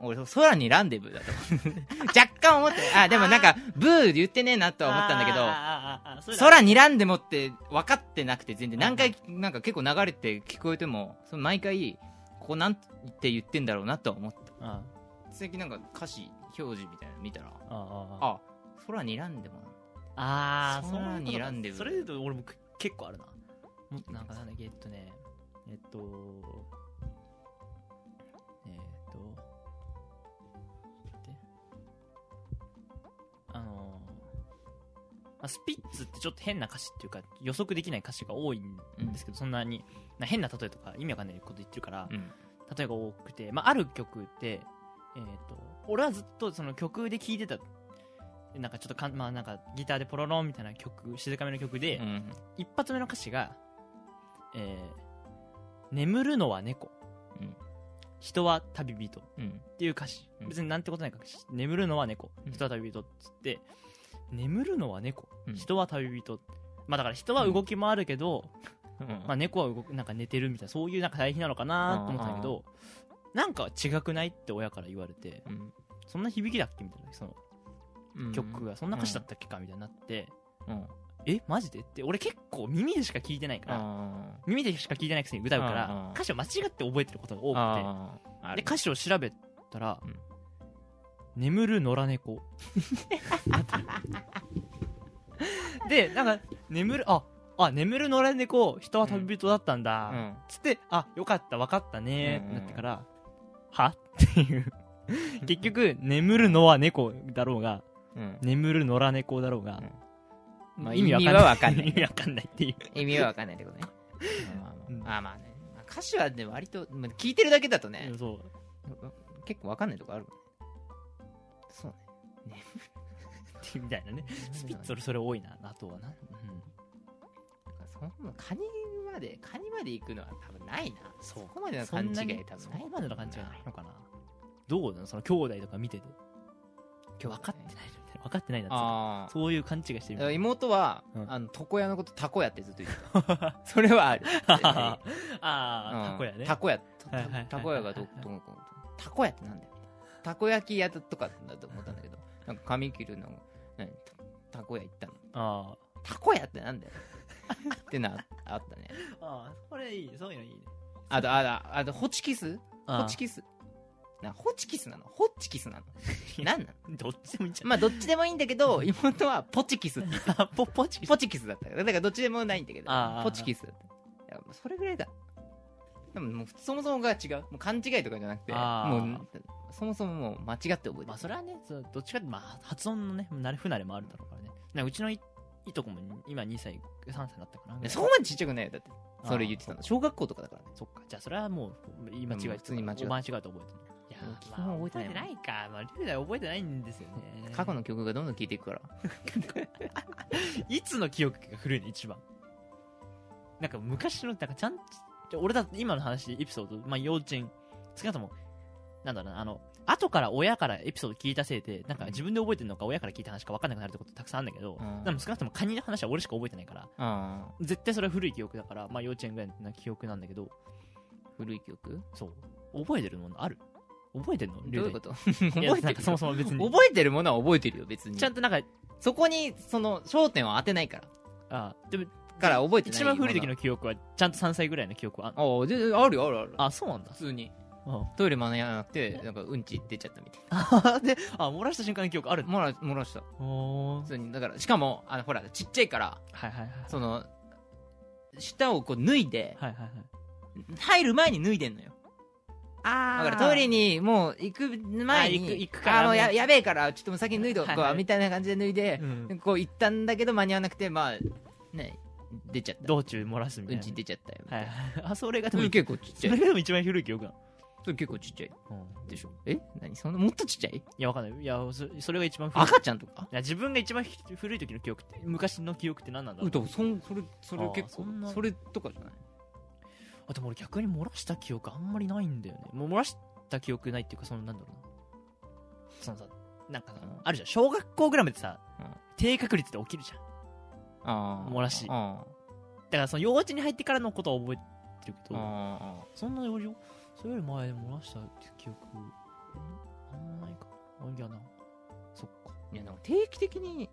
[SPEAKER 3] 俺空にランデブーだと (laughs) 若干思ってあでもなんかブーで言ってねえなと
[SPEAKER 2] あ。
[SPEAKER 3] は思ったんだけど
[SPEAKER 2] け
[SPEAKER 3] 空にランデもって分かってなくて全然何回なんか結構流れて聞こえてもその毎回ここなんて言ってんだろうなとは思った
[SPEAKER 2] あ
[SPEAKER 3] 最近なんか歌詞表示みたいなの見たら
[SPEAKER 2] あ、ああ。
[SPEAKER 3] あ空にランデも
[SPEAKER 2] ああ、
[SPEAKER 3] 空
[SPEAKER 2] そういうこと
[SPEAKER 3] に
[SPEAKER 2] か
[SPEAKER 3] ランデブー
[SPEAKER 2] それで言うと俺もく結構あるな。もなんかなんだっけ、えっとね、えっと、えっと、ちょっと待って。あのーまあ、スピッツってちょっと変な歌詞っていうか予測できない歌詞が多いんですけど、そんなにな変な例えとか意味わかんないこと言ってるから、
[SPEAKER 3] うん
[SPEAKER 2] 例えが多くて、まあ、ある曲で、えー、と俺はずっとその曲で聴いてたなんかちょっとかん、まあ、なんかギターでポロロンみたいな曲静かめの曲で、
[SPEAKER 3] うん
[SPEAKER 2] 一発目の歌詞が、えー眠るのは猫、
[SPEAKER 3] うん
[SPEAKER 2] 人は旅人」
[SPEAKER 3] うん
[SPEAKER 2] っていう歌詞、
[SPEAKER 3] うん
[SPEAKER 2] 別になんてことない歌詞「眠るのは猫
[SPEAKER 3] うん
[SPEAKER 2] 人は旅人」っつって「眠るのは猫
[SPEAKER 3] うん
[SPEAKER 2] 人は旅人」まあだから人は動きもあるけど、
[SPEAKER 3] うん
[SPEAKER 2] まあ、猫は動くなんか寝てるみたいなそういうなんか対比なのかなと思ったんだけどなんか違くないって親から言われて
[SPEAKER 3] うん
[SPEAKER 2] そんな響きだっけみたいなその
[SPEAKER 3] うん
[SPEAKER 2] 曲がそんな歌詞だったっけかみたいになって、
[SPEAKER 3] うん
[SPEAKER 2] えマジでって俺結構耳でしか聞いてないから、
[SPEAKER 3] あ
[SPEAKER 2] 耳でしか聞いてないくせに歌うから、
[SPEAKER 3] うんうん
[SPEAKER 2] 歌詞を間違って覚えてることが多
[SPEAKER 3] ー
[SPEAKER 2] く
[SPEAKER 3] あーあ
[SPEAKER 2] て
[SPEAKER 3] る
[SPEAKER 2] で歌詞を調べたら、
[SPEAKER 3] うん
[SPEAKER 2] 眠る野良
[SPEAKER 3] (laughs)
[SPEAKER 2] 猫でなんか眠るああ眠る野良猫人は旅人だったんだ、
[SPEAKER 3] うん
[SPEAKER 2] つって、あ、よかった、分かったね、
[SPEAKER 3] うん
[SPEAKER 2] ってなってから、はっていう。
[SPEAKER 3] (laughs)
[SPEAKER 2] 結局、眠るのは猫だろうが、
[SPEAKER 3] うん
[SPEAKER 2] 眠る野良猫だろうが、
[SPEAKER 3] うんまあ
[SPEAKER 2] 意味わかん
[SPEAKER 3] 意味は
[SPEAKER 2] ない。(laughs)
[SPEAKER 3] わかんない
[SPEAKER 2] 意味わかんないっていう。
[SPEAKER 3] 意味は分かんないってことねま
[SPEAKER 2] うん
[SPEAKER 3] あまあまあまあまあねまあ歌詞はね割とまあ聞いてるだけだとね
[SPEAKER 2] そう。
[SPEAKER 3] 結構分かんないとこあるもんねそう
[SPEAKER 2] ってみたいなね。
[SPEAKER 3] ね
[SPEAKER 2] スピッツ、俺それ多いな、あとはな。うん。
[SPEAKER 3] なんかそんなカニまでカニまで行くのは多分ないなそ
[SPEAKER 2] そう
[SPEAKER 3] こまでの
[SPEAKER 2] そ
[SPEAKER 3] 勘違
[SPEAKER 2] んなに
[SPEAKER 3] い多分
[SPEAKER 2] そ
[SPEAKER 3] ない
[SPEAKER 2] こまでの感じがないのかな。どうなのその兄弟とか見てて。今日分かってないみたいな。分かってないなっていうか
[SPEAKER 3] ああ
[SPEAKER 2] そういう勘違いしてるみたいな。
[SPEAKER 3] 妹は、
[SPEAKER 2] うん
[SPEAKER 3] あの床屋のことタコ屋ってずっと言っ
[SPEAKER 2] (laughs)
[SPEAKER 3] てたそれはある絶対に
[SPEAKER 2] ああ、タコやね。
[SPEAKER 3] タコ屋
[SPEAKER 2] はいはいはいはい
[SPEAKER 3] タコ屋がどどうのこうのタコ屋ってなんだよたこ焼き屋とかだと思ったんだけどなんか髪切るの何たたこ屋行ったの
[SPEAKER 2] あ
[SPEAKER 3] たこ屋ってなんだよ (laughs) ってなあったね
[SPEAKER 2] あ。ああ、これいい。そういうのいいね。
[SPEAKER 3] あとあとあとホチキス
[SPEAKER 2] ああ
[SPEAKER 3] ホチキスなホチキスなのホチキスなの何なの
[SPEAKER 2] どっちでもいいんじゃ
[SPEAKER 3] まあどっちでもいいんだ
[SPEAKER 2] (laughs)
[SPEAKER 3] けど妹はポチキスって言って
[SPEAKER 2] ない (laughs) ポポチキス
[SPEAKER 3] ポチキスだったからだからどっちでもないんだけど
[SPEAKER 2] あー
[SPEAKER 3] ポチキスだったいやもうそれぐらいだでももうそもそもが違うもう勘違いとかじゃなくて
[SPEAKER 2] あー
[SPEAKER 3] もうそもそももう間違って覚えてる
[SPEAKER 2] まあそれはねそうどっちかって、まあ、発音のね慣れ不慣れもあるだろうからねなんかうちのいいとこも今2歳3歳だったか
[SPEAKER 3] い
[SPEAKER 2] な
[SPEAKER 3] やそこまでちっちゃくないよだってそれ言ってた
[SPEAKER 2] あ
[SPEAKER 3] の小学校とかだからね
[SPEAKER 2] ーそっかじゃあそれはもう言い間違えて
[SPEAKER 3] うん普通に間違え
[SPEAKER 2] お間違えて覚えてるい
[SPEAKER 3] もう
[SPEAKER 2] や
[SPEAKER 3] 基
[SPEAKER 2] ー、
[SPEAKER 3] 本
[SPEAKER 2] まあ、
[SPEAKER 3] 覚えて
[SPEAKER 2] 覚
[SPEAKER 3] な
[SPEAKER 2] えて
[SPEAKER 3] い
[SPEAKER 2] ないか、まあ、龍大覚えてないんですよね
[SPEAKER 3] 過去の曲がどんどん聴いていくから
[SPEAKER 2] いつの記憶が古いの一番なんか昔のなんかちゃんち俺だって今の話でエピソード、まあ、幼稚園少なくともなんだろうなあの後から親からエピソード聞いたせいでなんか自分で覚えてるのか親から聞いた話か分かんなくなるってことたくさんあるんだけど、
[SPEAKER 3] うん
[SPEAKER 2] でも少なくともカニの話は俺しか覚えてないから
[SPEAKER 3] あ
[SPEAKER 2] 絶対それは古い記憶だから、まあ、幼稚園ぐらいの記憶なんだけど
[SPEAKER 3] あ古い曲
[SPEAKER 2] そう覚えてるものある覚えてるの
[SPEAKER 3] どういうこと覚
[SPEAKER 2] 龍大い
[SPEAKER 3] えてる
[SPEAKER 2] や
[SPEAKER 3] よ
[SPEAKER 2] なんかそもそも別に
[SPEAKER 3] 覚えてるものは覚えてるよ別に
[SPEAKER 2] ちゃんとなんか
[SPEAKER 3] そこにその焦点を当てないから
[SPEAKER 2] あでも
[SPEAKER 3] から覚えてない
[SPEAKER 2] 一番古い時
[SPEAKER 3] ま
[SPEAKER 2] の記憶はちゃんと3歳ぐらいの記憶はあ
[SPEAKER 3] だああ全然あるよあるある
[SPEAKER 2] あそうなんだ
[SPEAKER 3] 普通に
[SPEAKER 2] うん
[SPEAKER 3] トイレ間に合わなくてなんかうんち出ちゃったみたい
[SPEAKER 2] (laughs) で、あ、漏らした瞬間の記憶ある
[SPEAKER 3] なもらもらした
[SPEAKER 2] お
[SPEAKER 3] 普通にだからしかもあのほらちっちゃいから
[SPEAKER 2] はいはいはい。
[SPEAKER 3] その舌をこう脱いで
[SPEAKER 2] はいはいはい。
[SPEAKER 3] 入る前に脱いでんのよ
[SPEAKER 2] あ
[SPEAKER 3] だからトイレにもう行く前に
[SPEAKER 2] あ行く行くから
[SPEAKER 3] あもう
[SPEAKER 2] も
[SPEAKER 3] や
[SPEAKER 2] う
[SPEAKER 3] やべえからちょっともう先に脱いどこう、
[SPEAKER 2] はいはい
[SPEAKER 3] みたいな感じで脱いで
[SPEAKER 2] う、ん、
[SPEAKER 3] こう行ったんだけど間に合わなくてまあね出ちゃった
[SPEAKER 2] 道中漏らすみた
[SPEAKER 3] う
[SPEAKER 2] い
[SPEAKER 3] ん
[SPEAKER 2] な。
[SPEAKER 3] ち出ちゃったよみた
[SPEAKER 2] はいい
[SPEAKER 3] な、
[SPEAKER 2] はい。あ、それがで
[SPEAKER 3] そ
[SPEAKER 2] も
[SPEAKER 3] れ、結構ちっ
[SPEAKER 2] そ
[SPEAKER 3] ちゃ
[SPEAKER 2] れ
[SPEAKER 3] い
[SPEAKER 2] がでも一番古い記憶なの。
[SPEAKER 3] それ結構ちっちゃい
[SPEAKER 2] うん、
[SPEAKER 3] でしょえ何そんなもっとちっちゃい
[SPEAKER 2] いや、わかんない。いや、そそれが一番古い。い
[SPEAKER 3] 赤ちゃんとか
[SPEAKER 2] や、自分が一番ひ古い時の記憶って、昔の記憶って何なんだろ
[SPEAKER 3] うん
[SPEAKER 2] う。
[SPEAKER 3] とそんそれそれ結構
[SPEAKER 2] あーそんな
[SPEAKER 3] それとかじゃない
[SPEAKER 2] あ、でも俺逆に漏らした記憶あんまりないんだよね。もう漏らした記憶ないっていうか、その、なんだろうな。そのさ、なんかさ
[SPEAKER 3] うん
[SPEAKER 2] あるじゃん。小学校ぐらいまでさ、
[SPEAKER 3] うん
[SPEAKER 2] 低確率で起きるじゃん。
[SPEAKER 3] あー
[SPEAKER 2] 漏らし
[SPEAKER 3] あ
[SPEAKER 2] だからその幼稚園に入ってからのことは覚えてるけ
[SPEAKER 3] ー
[SPEAKER 2] ど、
[SPEAKER 3] あ
[SPEAKER 2] そんなよりよ、それより前で漏らした記憶、あんまないかな。いやな、そっか。
[SPEAKER 3] ーいやなんか定期的に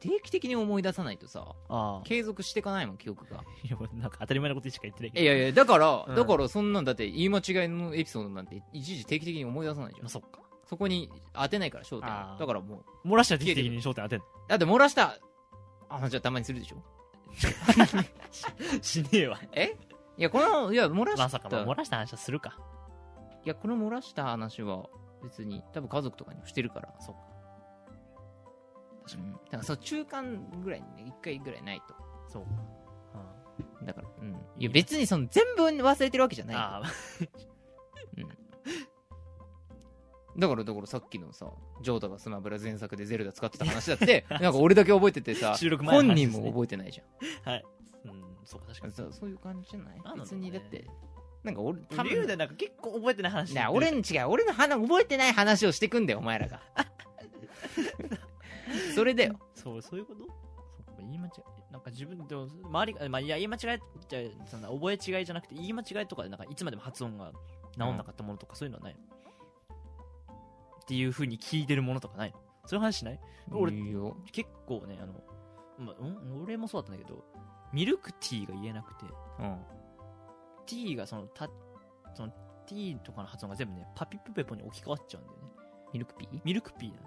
[SPEAKER 3] 定期的に思い出さないとさ
[SPEAKER 2] あ
[SPEAKER 3] 継続していかないもん記憶
[SPEAKER 2] あ。
[SPEAKER 3] が
[SPEAKER 2] いや、俺なんか当たり前のことしか言ってないけど。
[SPEAKER 3] いやいやだから、
[SPEAKER 2] うん
[SPEAKER 3] だからそんなんだって言い間違いのエピソードなんて一時定期的に思い出さないじゃ
[SPEAKER 2] まあ、
[SPEAKER 3] ん
[SPEAKER 2] そっか。
[SPEAKER 3] そこに当てないから焦点
[SPEAKER 2] あ
[SPEAKER 3] だ
[SPEAKER 2] ー
[SPEAKER 3] からもう
[SPEAKER 2] 漏らした時的に焦点当てん
[SPEAKER 3] だって漏らしたあじゃあたまにするでしょ
[SPEAKER 2] の。しねえ (laughs) わ。
[SPEAKER 3] えいやこのいや漏らした、
[SPEAKER 2] まさか、まあ、漏らした話はするか。
[SPEAKER 3] いやこの漏らした話は別に多分家族とかにもしてるから
[SPEAKER 2] そうか
[SPEAKER 3] 確かに、だからそう中間ぐらいにね1回ぐらいないと
[SPEAKER 2] そうか。
[SPEAKER 3] だからうんいや別にその全部忘れてるわけじゃ
[SPEAKER 2] う、
[SPEAKER 3] なんい
[SPEAKER 2] ああ、
[SPEAKER 3] だからだからさっきのさジョータがスマブラ前作でゼルダ使ってた話だって (laughs) なんか俺だけ覚えててさ
[SPEAKER 2] 収録前の
[SPEAKER 3] 本
[SPEAKER 2] 話です
[SPEAKER 3] 人
[SPEAKER 2] ね
[SPEAKER 3] も覚えてないじ
[SPEAKER 2] はい。うん、そうか、確
[SPEAKER 3] ゃ
[SPEAKER 2] か
[SPEAKER 3] ん
[SPEAKER 2] に。
[SPEAKER 3] そうそういう感じじゃない
[SPEAKER 2] なんだろうね
[SPEAKER 3] 別にだってなんか俺
[SPEAKER 2] 多
[SPEAKER 3] 多
[SPEAKER 2] 分龍
[SPEAKER 3] 分
[SPEAKER 2] でなんか結構覚えてない話
[SPEAKER 3] なあ俺
[SPEAKER 2] に
[SPEAKER 3] ん違う俺の話覚えてない話をしてくんだよお前ら (laughs) がそれだよ
[SPEAKER 2] そうそういうことそう言い間違えなんか自分でも周りが、まあ、いや言い間違えじゃそんな覚え違いじゃなくて言い間違いとかでなんかいつまでも発音が治んなかったものとかそういうのはないの、っていうふうに聞いてるものとかないのそういう話しない俺
[SPEAKER 3] いいよ
[SPEAKER 2] 結構ねあの、まあ、ん俺もそうだったんだけどミルクティーが言えなくて
[SPEAKER 3] うん
[SPEAKER 2] ティーがそのたそのティーとかの発音が全部ねパピプペポに置き換わっちゃうんだよね
[SPEAKER 3] ミルクピー
[SPEAKER 2] ミルクピーなの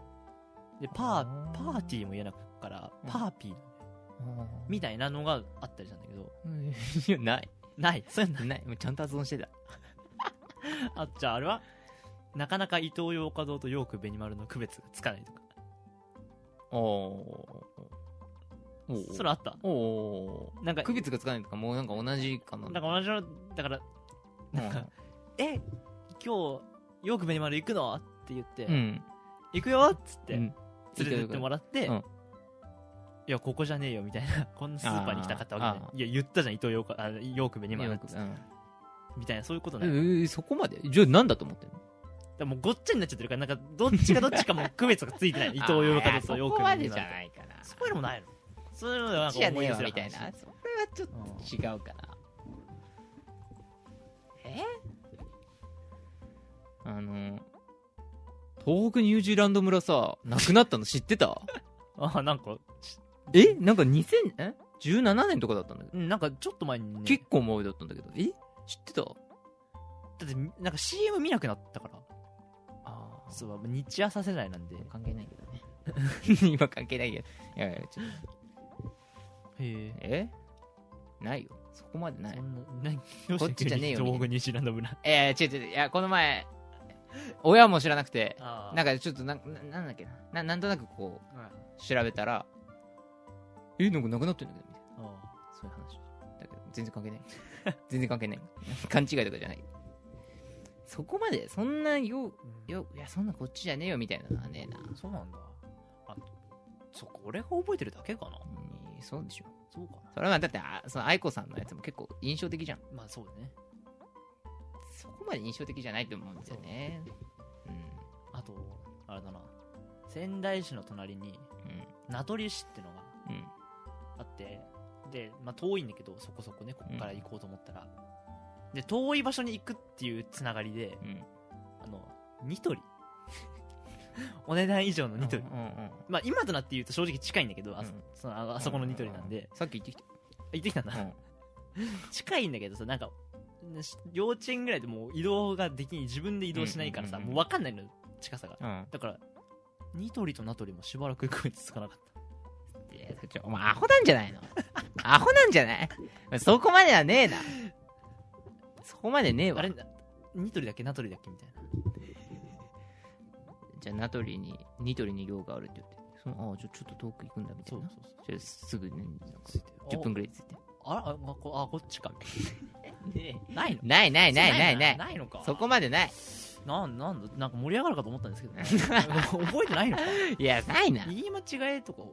[SPEAKER 2] でパ
[SPEAKER 3] あ
[SPEAKER 2] ー
[SPEAKER 3] ー
[SPEAKER 2] パーティーも言えなくから
[SPEAKER 3] うん
[SPEAKER 2] パーピーなのみたいなのがあったりしたんだけど
[SPEAKER 3] うんいやない
[SPEAKER 2] ない。 (laughs) そういうの
[SPEAKER 3] ないもうちゃんと発音してた
[SPEAKER 2] あ、じゃああれはなかなか伊東洋華堂とヨークベニマルの区別がつかないとか。
[SPEAKER 3] おおお
[SPEAKER 2] それあった。
[SPEAKER 3] おお
[SPEAKER 2] なんか、
[SPEAKER 3] 区別がつかないとかもうなんか同じかな
[SPEAKER 2] なんか同じの、だから、なんか、え、今日、ヨークベニマル行くのって言って、
[SPEAKER 3] うんうん
[SPEAKER 2] 行くよっつって、
[SPEAKER 3] う
[SPEAKER 2] 連
[SPEAKER 3] ん
[SPEAKER 2] れてってもらって、
[SPEAKER 3] うん
[SPEAKER 2] いや、ここじゃねえよみたいな、 (laughs) こんなスーパーに行きたかったわけじゃない。いや、言ったじゃん、伊東洋華、あヨークベニマル
[SPEAKER 3] よ
[SPEAKER 2] っ
[SPEAKER 3] く
[SPEAKER 2] つ
[SPEAKER 3] う
[SPEAKER 2] って
[SPEAKER 3] ん
[SPEAKER 2] みたいな、そういうこと
[SPEAKER 3] え
[SPEAKER 2] ない。だか
[SPEAKER 3] ーそこまでじゃあ何だと思ってんの
[SPEAKER 2] らもうごっちゃになっちゃってるから、なんか、どっちかどっちかもう区別がついてない。伊東洋華堂とヨー
[SPEAKER 3] あーそこ
[SPEAKER 2] ク
[SPEAKER 3] ま
[SPEAKER 2] ベニ
[SPEAKER 3] でじ
[SPEAKER 2] マル
[SPEAKER 3] ゃ
[SPEAKER 2] と。
[SPEAKER 3] ないかな
[SPEAKER 2] そういうのもないのそういうのではなんか
[SPEAKER 3] じゃね
[SPEAKER 2] 思い
[SPEAKER 3] え
[SPEAKER 2] 出
[SPEAKER 3] わ
[SPEAKER 2] せる
[SPEAKER 3] みたい
[SPEAKER 2] 話
[SPEAKER 3] なそれはちょっと違うかなえあの東北ニュージーランド村さなくなった (laughs) の知ってた
[SPEAKER 2] あなんか
[SPEAKER 3] えなんか2000え17年とかだったんだけど
[SPEAKER 2] うんなんかちょっと前にね
[SPEAKER 3] 結構前だったんだけどえ知ってた
[SPEAKER 2] だってなんか CM 見なくなったから
[SPEAKER 3] ああ
[SPEAKER 2] そう日朝世代なんでへ
[SPEAKER 3] 関係ないけどね (laughs) 今関係ないけどいやいやちょっと
[SPEAKER 2] え
[SPEAKER 3] えないよそこまでない
[SPEAKER 2] そんな何どうして
[SPEAKER 3] こっちじゃねえよ
[SPEAKER 2] 急に東北ニュージーランド村
[SPEAKER 3] えー、違う違ういやこの前親も知らなくて
[SPEAKER 2] あ
[SPEAKER 3] なんかちょっとなんななんだっけなななんとなくこう
[SPEAKER 2] か
[SPEAKER 3] 調べたらえなんかなくなってんだけどみたい
[SPEAKER 2] あ
[SPEAKER 3] なそういう話だけど全然関係 (laughs) ない全然関係ない勘違いとかじゃないそこまでそんなよ
[SPEAKER 2] うん
[SPEAKER 3] よいやそんなこっちじゃねえよみたいなのはねえな、
[SPEAKER 2] そうなんだあそっか俺が覚えてるだけかな
[SPEAKER 3] うんそうでしょ
[SPEAKER 2] そうかな
[SPEAKER 3] それはだってあその愛子さんのやつも結構印象的じゃん
[SPEAKER 2] まあそうだね
[SPEAKER 3] そこまで印象的じゃないと思うんですよねうん
[SPEAKER 2] あとあれだな仙台市の隣に名取市ってのが
[SPEAKER 3] うんうん
[SPEAKER 2] あってで、まあ、遠いんだけどそこそこねここから行こうと思ったら、で遠い場所に行くっていうつながりで
[SPEAKER 3] うん
[SPEAKER 2] あのニトリ (laughs) お値段以上のニトリ
[SPEAKER 3] うんうんうん
[SPEAKER 2] まあ今となって言うと正直近いんだけどあそ,、
[SPEAKER 3] うん
[SPEAKER 2] そのああそこのニトリなんで、
[SPEAKER 3] さっき行ってき
[SPEAKER 2] 行ってきたんだ、
[SPEAKER 3] た、うん、
[SPEAKER 2] 近いんだけどさなんかねし幼稚園ぐらいでもう移動ができない自分で移動しないからさ、
[SPEAKER 3] うんうんうんうん
[SPEAKER 2] もう分かんないの近さが
[SPEAKER 3] うん。
[SPEAKER 2] だからニトリとナトリもしばらく区別つかなかった
[SPEAKER 3] ちょ、お前アホなんじゃないの (laughs) アホなんじゃないそこまではねえな。そこまでねえわ。
[SPEAKER 2] あれニトリだっけナトリだっけみたいな
[SPEAKER 3] じゃあ、ナトリに、ニトリに用があるって言って。そのああ、ちょ、ちょっと遠く行くんだみたいな。
[SPEAKER 2] うそう
[SPEAKER 3] じゃあすぐね、
[SPEAKER 2] ついて
[SPEAKER 3] 10分ぐらいついて。
[SPEAKER 2] あらあこあこっち (laughs) か
[SPEAKER 3] ね
[SPEAKER 2] ないの
[SPEAKER 3] ないないないないない。
[SPEAKER 2] ないのか
[SPEAKER 3] そこまでない。
[SPEAKER 2] なんなんだなんか盛り上がるかと思ったんですけど、 (laughs) ね、覚えてないのか
[SPEAKER 3] いや、ないな。い
[SPEAKER 2] 言い間違えとか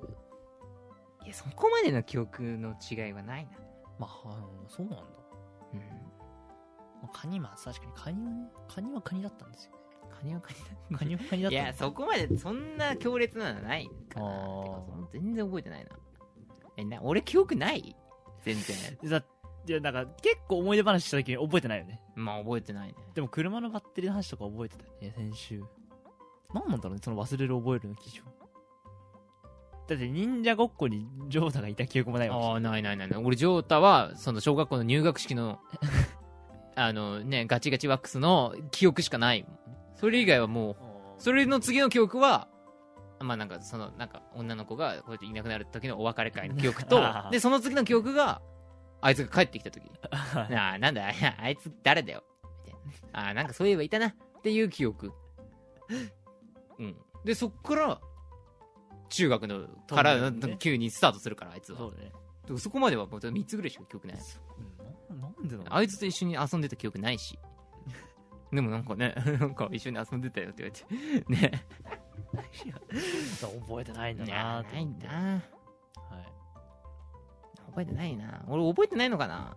[SPEAKER 3] や、そこまでの記憶の違いはないな。
[SPEAKER 2] まああのそうなんだ、
[SPEAKER 3] うん。
[SPEAKER 2] まあ、カニまあ確かにカニはねカニはカニだったんですよ
[SPEAKER 3] カニはカニだ。
[SPEAKER 2] カニはカニだっ
[SPEAKER 3] い
[SPEAKER 2] たん
[SPEAKER 3] や、そこまで、そんな強烈なのはないかな。
[SPEAKER 2] あー
[SPEAKER 3] てかその全然覚えてないな。え、な、俺記憶ない全然。
[SPEAKER 2] だ (laughs) いやなんか結構思い出話した時に覚えてないよね
[SPEAKER 3] まあ、覚えてないね。
[SPEAKER 2] でも車のバッテリーの話とか覚えてたよね先週何なんだろうねその忘れる覚えるの基準だって忍者ごっこにジョータがいた記憶もないわ
[SPEAKER 3] ああ、 (laughs) ないないないない。俺、ジョータは、その、小学校の入学式の、 (laughs) あのね、ガチガチワックスの記憶しかない。それ以外はもう、それの次の記憶は、まあなんか、その、なんか、女の子が、こうやっていなくなる時のお別れ会の記憶
[SPEAKER 2] (laughs)
[SPEAKER 3] と
[SPEAKER 2] あー、
[SPEAKER 3] で、その次の記憶が、あいつが帰ってきた
[SPEAKER 2] (laughs)
[SPEAKER 3] 時。
[SPEAKER 2] あ
[SPEAKER 3] ああ、なんだ、ああいつ誰だよ。みたいな。ああ、なんかそういえばいたな。っていう記憶。うん。で、そっから、中学の、から、
[SPEAKER 2] 飛んでるね
[SPEAKER 3] 急にスタートするから、あいつは。
[SPEAKER 2] そうだね
[SPEAKER 3] でもそこまではもう3つぐらいしか記憶ない
[SPEAKER 2] うんななんでなの
[SPEAKER 3] あいつと一緒に遊んでた記憶な
[SPEAKER 2] (laughs)
[SPEAKER 3] いしでもなんかね (laughs) なんか一緒に遊んでたよって言われてね
[SPEAKER 2] 覚えてないんだ
[SPEAKER 3] い
[SPEAKER 2] な
[SPEAKER 3] や
[SPEAKER 2] ー
[SPEAKER 3] ないな
[SPEAKER 2] はい、
[SPEAKER 3] 覚えてないな俺覚えてないのかな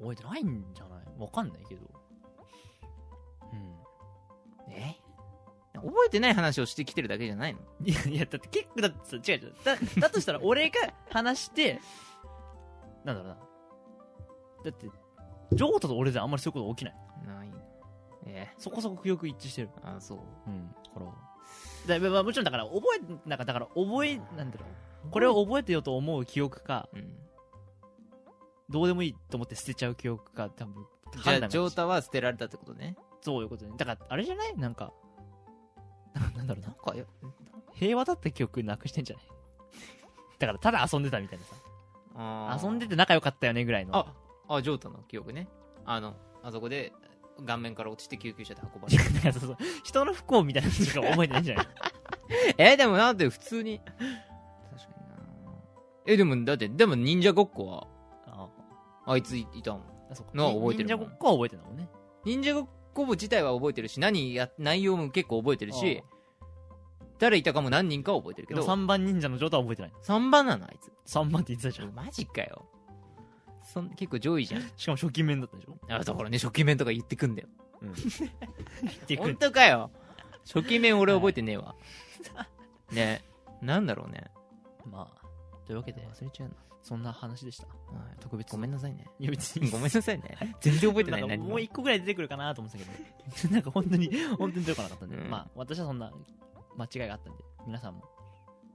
[SPEAKER 2] 覚えてないんじゃないわかんないけどうん
[SPEAKER 3] え覚えてない話をしてきてるだけじゃないの
[SPEAKER 2] いやいやだって結構だってさ違う違うだだとした (laughs) ら俺が話してなんだろうなだってジョータと俺じゃあんまりそういうこと起きない
[SPEAKER 3] ないえ
[SPEAKER 2] そこそこ記憶一致してる
[SPEAKER 3] あそう
[SPEAKER 2] うんからだまあもちろんだから覚えなんかだから覚えなんだろうこれを覚えてよと思う記憶か
[SPEAKER 3] うん
[SPEAKER 2] どうでもいいと思って捨てちゃう記憶か多分
[SPEAKER 3] じゃ
[SPEAKER 2] 判断
[SPEAKER 3] あ
[SPEAKER 2] が
[SPEAKER 3] ジョータは捨てられたってことね
[SPEAKER 2] そういうことねだからあれじゃないなんか (laughs) ななんだろう
[SPEAKER 3] な
[SPEAKER 2] なん
[SPEAKER 3] かよ
[SPEAKER 2] 平和だった記憶なくしてんじゃない (laughs) だからただ遊んでたみたいなさ
[SPEAKER 3] あー
[SPEAKER 2] 遊んでて仲良かったよねぐらいの
[SPEAKER 3] ああジョータの記憶ねあのあそこで顔面から落ちて救急車で運ばれた
[SPEAKER 2] (laughs) なんかそうそう人の不幸みたいなのしか覚えてないんじゃない
[SPEAKER 3] (laughs) えでもなんて普通に確かになえでもだってでも忍者ごっこは
[SPEAKER 2] あ
[SPEAKER 3] あいついたもん
[SPEAKER 2] あそっか
[SPEAKER 3] のは覚えてる
[SPEAKER 2] 忍
[SPEAKER 3] も
[SPEAKER 2] 者
[SPEAKER 3] ん
[SPEAKER 2] ごっこは覚えてるもんね
[SPEAKER 3] 忍者ごっこ部自体は覚えてるし何や内容も結構覚えてるし誰いたかも何人かは覚えてるけ
[SPEAKER 2] けど
[SPEAKER 3] ど
[SPEAKER 2] 3番忍者の状態は覚えてない
[SPEAKER 3] 3番なのあいつ
[SPEAKER 2] 3番って言ってたじゃん
[SPEAKER 3] マジかよそん結構上位じゃん
[SPEAKER 2] しかも初期面だったでしょ
[SPEAKER 3] あだからね初期面とか言ってくんだよ
[SPEAKER 2] 言ってく
[SPEAKER 3] 本
[SPEAKER 2] る
[SPEAKER 3] 当かよ初期面俺覚えてねえわ (laughs) ねなんだろうね
[SPEAKER 2] まあというわけで
[SPEAKER 3] 忘れちゃう
[SPEAKER 2] そんな話でした
[SPEAKER 3] な、はい、特別ごめんなさいね
[SPEAKER 2] いや別
[SPEAKER 3] ごめんなさいね全然覚えて
[SPEAKER 2] (laughs)
[SPEAKER 3] ない
[SPEAKER 2] んか
[SPEAKER 3] 何
[SPEAKER 2] も
[SPEAKER 3] も
[SPEAKER 2] う1個ぐらい出てくるかなと思ってたけど (laughs) なんか本当に本当に出てこなかったんで、
[SPEAKER 3] うん
[SPEAKER 2] まあ私はそんな間違いがあったんで皆さんも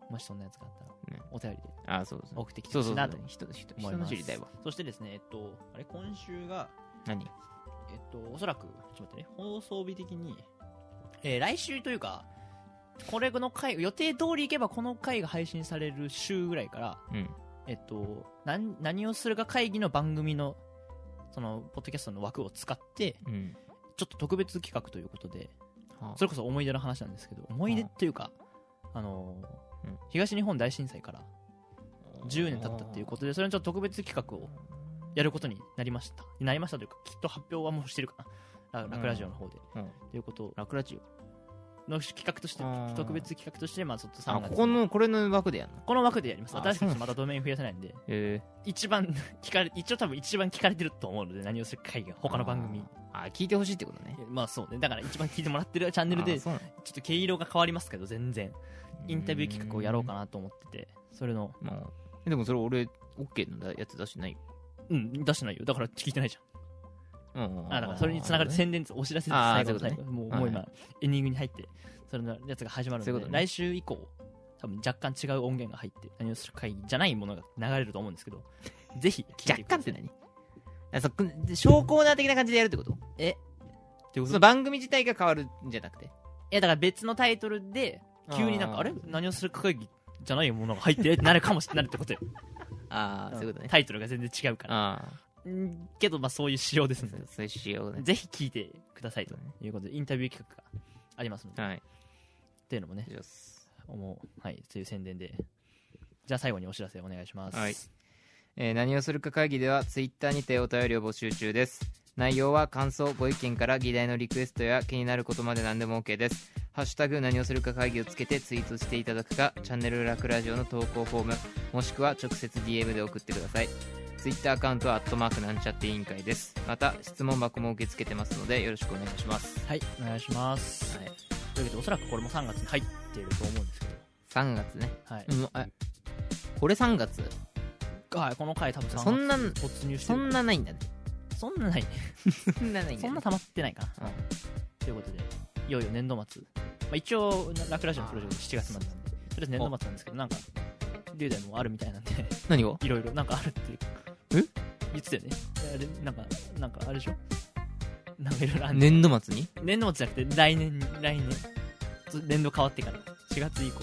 [SPEAKER 2] もしそんなやつがあったら、
[SPEAKER 3] ね
[SPEAKER 2] お便りで
[SPEAKER 3] あそうそう
[SPEAKER 2] 送ってきて
[SPEAKER 3] そう
[SPEAKER 2] ほ
[SPEAKER 3] そ
[SPEAKER 2] し
[SPEAKER 3] う
[SPEAKER 2] い
[SPEAKER 3] そ
[SPEAKER 2] な
[SPEAKER 3] う
[SPEAKER 2] と
[SPEAKER 3] 人人人
[SPEAKER 2] 思い
[SPEAKER 3] の
[SPEAKER 2] ます
[SPEAKER 3] 知りたいわ
[SPEAKER 2] そしてですねえっとあれ今週が
[SPEAKER 3] 何
[SPEAKER 2] えっと、おそらく、ちょっと待ってね、放送日的に、えー来週というか、これの回、予定通りいけばこの回が配信される週ぐらいから、
[SPEAKER 3] うん。
[SPEAKER 2] えっと、なん何をするか会議の番組の、その、ポッドキャストの枠を使って、
[SPEAKER 3] うん。
[SPEAKER 2] ちょっと特別企画ということで、
[SPEAKER 3] はあ
[SPEAKER 2] それこそ思い出の話なんですけど、思い出というか、あのー
[SPEAKER 3] うん
[SPEAKER 2] 東日本大震災から10年経ったということで、それのちょっと特別企画をやることになりました。なりましたというか、きっと発表はもうしてるかな。ララクラジオの方で。
[SPEAKER 3] うん
[SPEAKER 2] ということ
[SPEAKER 3] ラクラジ
[SPEAKER 2] の企画として
[SPEAKER 3] あ、ー
[SPEAKER 2] 特別企画として、まあちょっと
[SPEAKER 3] オあ
[SPEAKER 2] 3月
[SPEAKER 3] ここのこれの枠でやるの
[SPEAKER 2] この枠でやります。
[SPEAKER 3] あ
[SPEAKER 2] 私た
[SPEAKER 3] そう
[SPEAKER 2] ちまたドメイン増やせないんで、
[SPEAKER 3] え
[SPEAKER 2] 一番聞かれ、一応多分一番聞かれてると思うので、何をする会が、他の番組。
[SPEAKER 3] あー聞いてほしいってことね
[SPEAKER 2] まあそうね。だから一番聞いてもらってるチャンネル
[SPEAKER 3] あ
[SPEAKER 2] で、
[SPEAKER 3] ー
[SPEAKER 2] ちょ
[SPEAKER 3] そうなの
[SPEAKER 2] っと毛色が変わりますけど、全然。インタビュー企画をやろうかなと思ってて、それの、
[SPEAKER 3] うんまあでもそれ俺 OK のやつ出してないよ
[SPEAKER 2] うん、出してないよ。だから聞いてないじ
[SPEAKER 3] うん
[SPEAKER 2] ゃん。あ、だからそれにつながる宣伝、お知らせです。
[SPEAKER 3] あ
[SPEAKER 2] 最
[SPEAKER 3] ー
[SPEAKER 2] 後の
[SPEAKER 3] そうい
[SPEAKER 2] 最
[SPEAKER 3] うこ
[SPEAKER 2] 後。
[SPEAKER 3] とね
[SPEAKER 2] もう
[SPEAKER 3] はい
[SPEAKER 2] もう今、エンディングに入って、それのやつが始まる
[SPEAKER 3] そうい
[SPEAKER 2] の
[SPEAKER 3] うこ
[SPEAKER 2] で、
[SPEAKER 3] とね
[SPEAKER 2] 来週以降、多分若干違う音源が入って、何をする会じゃないものが流れると思うんですけ (laughs) ど、ぜひ聞い
[SPEAKER 3] 若
[SPEAKER 2] てくだ
[SPEAKER 3] 干
[SPEAKER 2] さ
[SPEAKER 3] っ
[SPEAKER 2] い、
[SPEAKER 3] て何あそこ小コーナー的な感じでやるってこと
[SPEAKER 2] え
[SPEAKER 3] その番組自体が変わるんじゃなくて
[SPEAKER 2] いや、だから別のタイトルで、急になんか、
[SPEAKER 3] あー
[SPEAKER 2] あれ何をするか会議じゃないものが入ってるってなるかもしれないってことよ。
[SPEAKER 3] ああそういうことね
[SPEAKER 2] タイトルが全然違うから。
[SPEAKER 3] ああ
[SPEAKER 2] うんけど、まあそういう仕様ですの
[SPEAKER 3] そ
[SPEAKER 2] で
[SPEAKER 3] う、そういう仕様
[SPEAKER 2] (laughs)
[SPEAKER 3] ね
[SPEAKER 2] ぜひ聞いてくださいということで、インタビュー企画がありますので、
[SPEAKER 3] はい
[SPEAKER 2] っていうのもね
[SPEAKER 3] 以、上っす
[SPEAKER 2] 思う。はい、という宣伝で。じゃあ最後にお知らせお願いします。
[SPEAKER 3] はいえー何をするか会議ではツイッターにてお便りを募集中です内容は感想ご意見から議題のリクエストや気になることまで何でも OK ですハッシュタグ何をするか会議をつけてツイートしていただくかチャンネル楽ラジオの投稿フォームもしくは直接 DM で送ってくださいツイッターアカウントはアットマークなんちゃって委員会ですまた質問箱も受け付けてますのでよろしくお願いします
[SPEAKER 2] はい、お願いします。
[SPEAKER 3] はい
[SPEAKER 2] というわけで、おそらくこれも3月に入ってると思うんですけど、
[SPEAKER 3] 3月ね
[SPEAKER 2] はい。
[SPEAKER 3] うんあこれ3月
[SPEAKER 2] はい、この回多分3月
[SPEAKER 3] そんな
[SPEAKER 2] に突入して
[SPEAKER 3] そ
[SPEAKER 2] る
[SPEAKER 3] んなないんだね
[SPEAKER 2] そんなない。
[SPEAKER 3] (laughs) そんなないんだね
[SPEAKER 2] そんな溜まってないかな。
[SPEAKER 3] うん
[SPEAKER 2] ということで、いよいよ年度末。まあ、一応、ラクラジオのプロジェクト7月までなんで、とりあえず年度末なんですけど、なんか、龍大もあるみたいなんで、
[SPEAKER 3] 何を
[SPEAKER 2] いろいろなんかあるっていう。
[SPEAKER 3] え
[SPEAKER 2] 言ってたよね。あれ、なんか、なんかあれでしょなんかいろいろあんね
[SPEAKER 3] 年度末に
[SPEAKER 2] 年度末じゃなくて、来年、来年。つ年度変わってから、4月以降。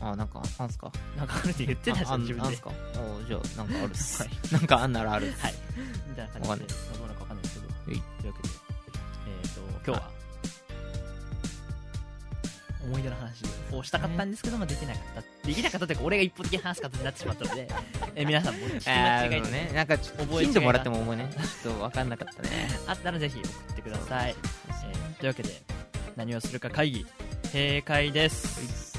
[SPEAKER 3] あなんかあんすか
[SPEAKER 2] なんかあるって言ってたじ
[SPEAKER 3] あ
[SPEAKER 2] ゃん、自
[SPEAKER 3] あ
[SPEAKER 2] 分
[SPEAKER 3] ん
[SPEAKER 2] で。
[SPEAKER 3] すかおじゃあなんかあるっす、
[SPEAKER 2] はい
[SPEAKER 3] (laughs) なんかあんなら
[SPEAKER 2] (laughs)
[SPEAKER 3] あるっす
[SPEAKER 2] はい。みたいな感じで、
[SPEAKER 3] わかんない
[SPEAKER 2] まあどうなるかわかんないですけど。
[SPEAKER 3] い
[SPEAKER 2] というわけで、えっ、と、今日は、思い出の話をしたかったんですけど、まあ、できなかった。できなかったというか、俺が一方的に話す形になってしまったので、えー皆さんも聞き間
[SPEAKER 3] あ
[SPEAKER 2] 違い
[SPEAKER 3] ー
[SPEAKER 2] と
[SPEAKER 3] そう
[SPEAKER 2] か
[SPEAKER 3] ねなんかちょっ
[SPEAKER 2] 覚
[SPEAKER 3] と
[SPEAKER 2] え違いが
[SPEAKER 3] ヒントもらっても思うねちょっと分かんなかったね
[SPEAKER 2] (laughs) あったらぜひ送ってください。えーというわけで、何をするか会議、閉会です。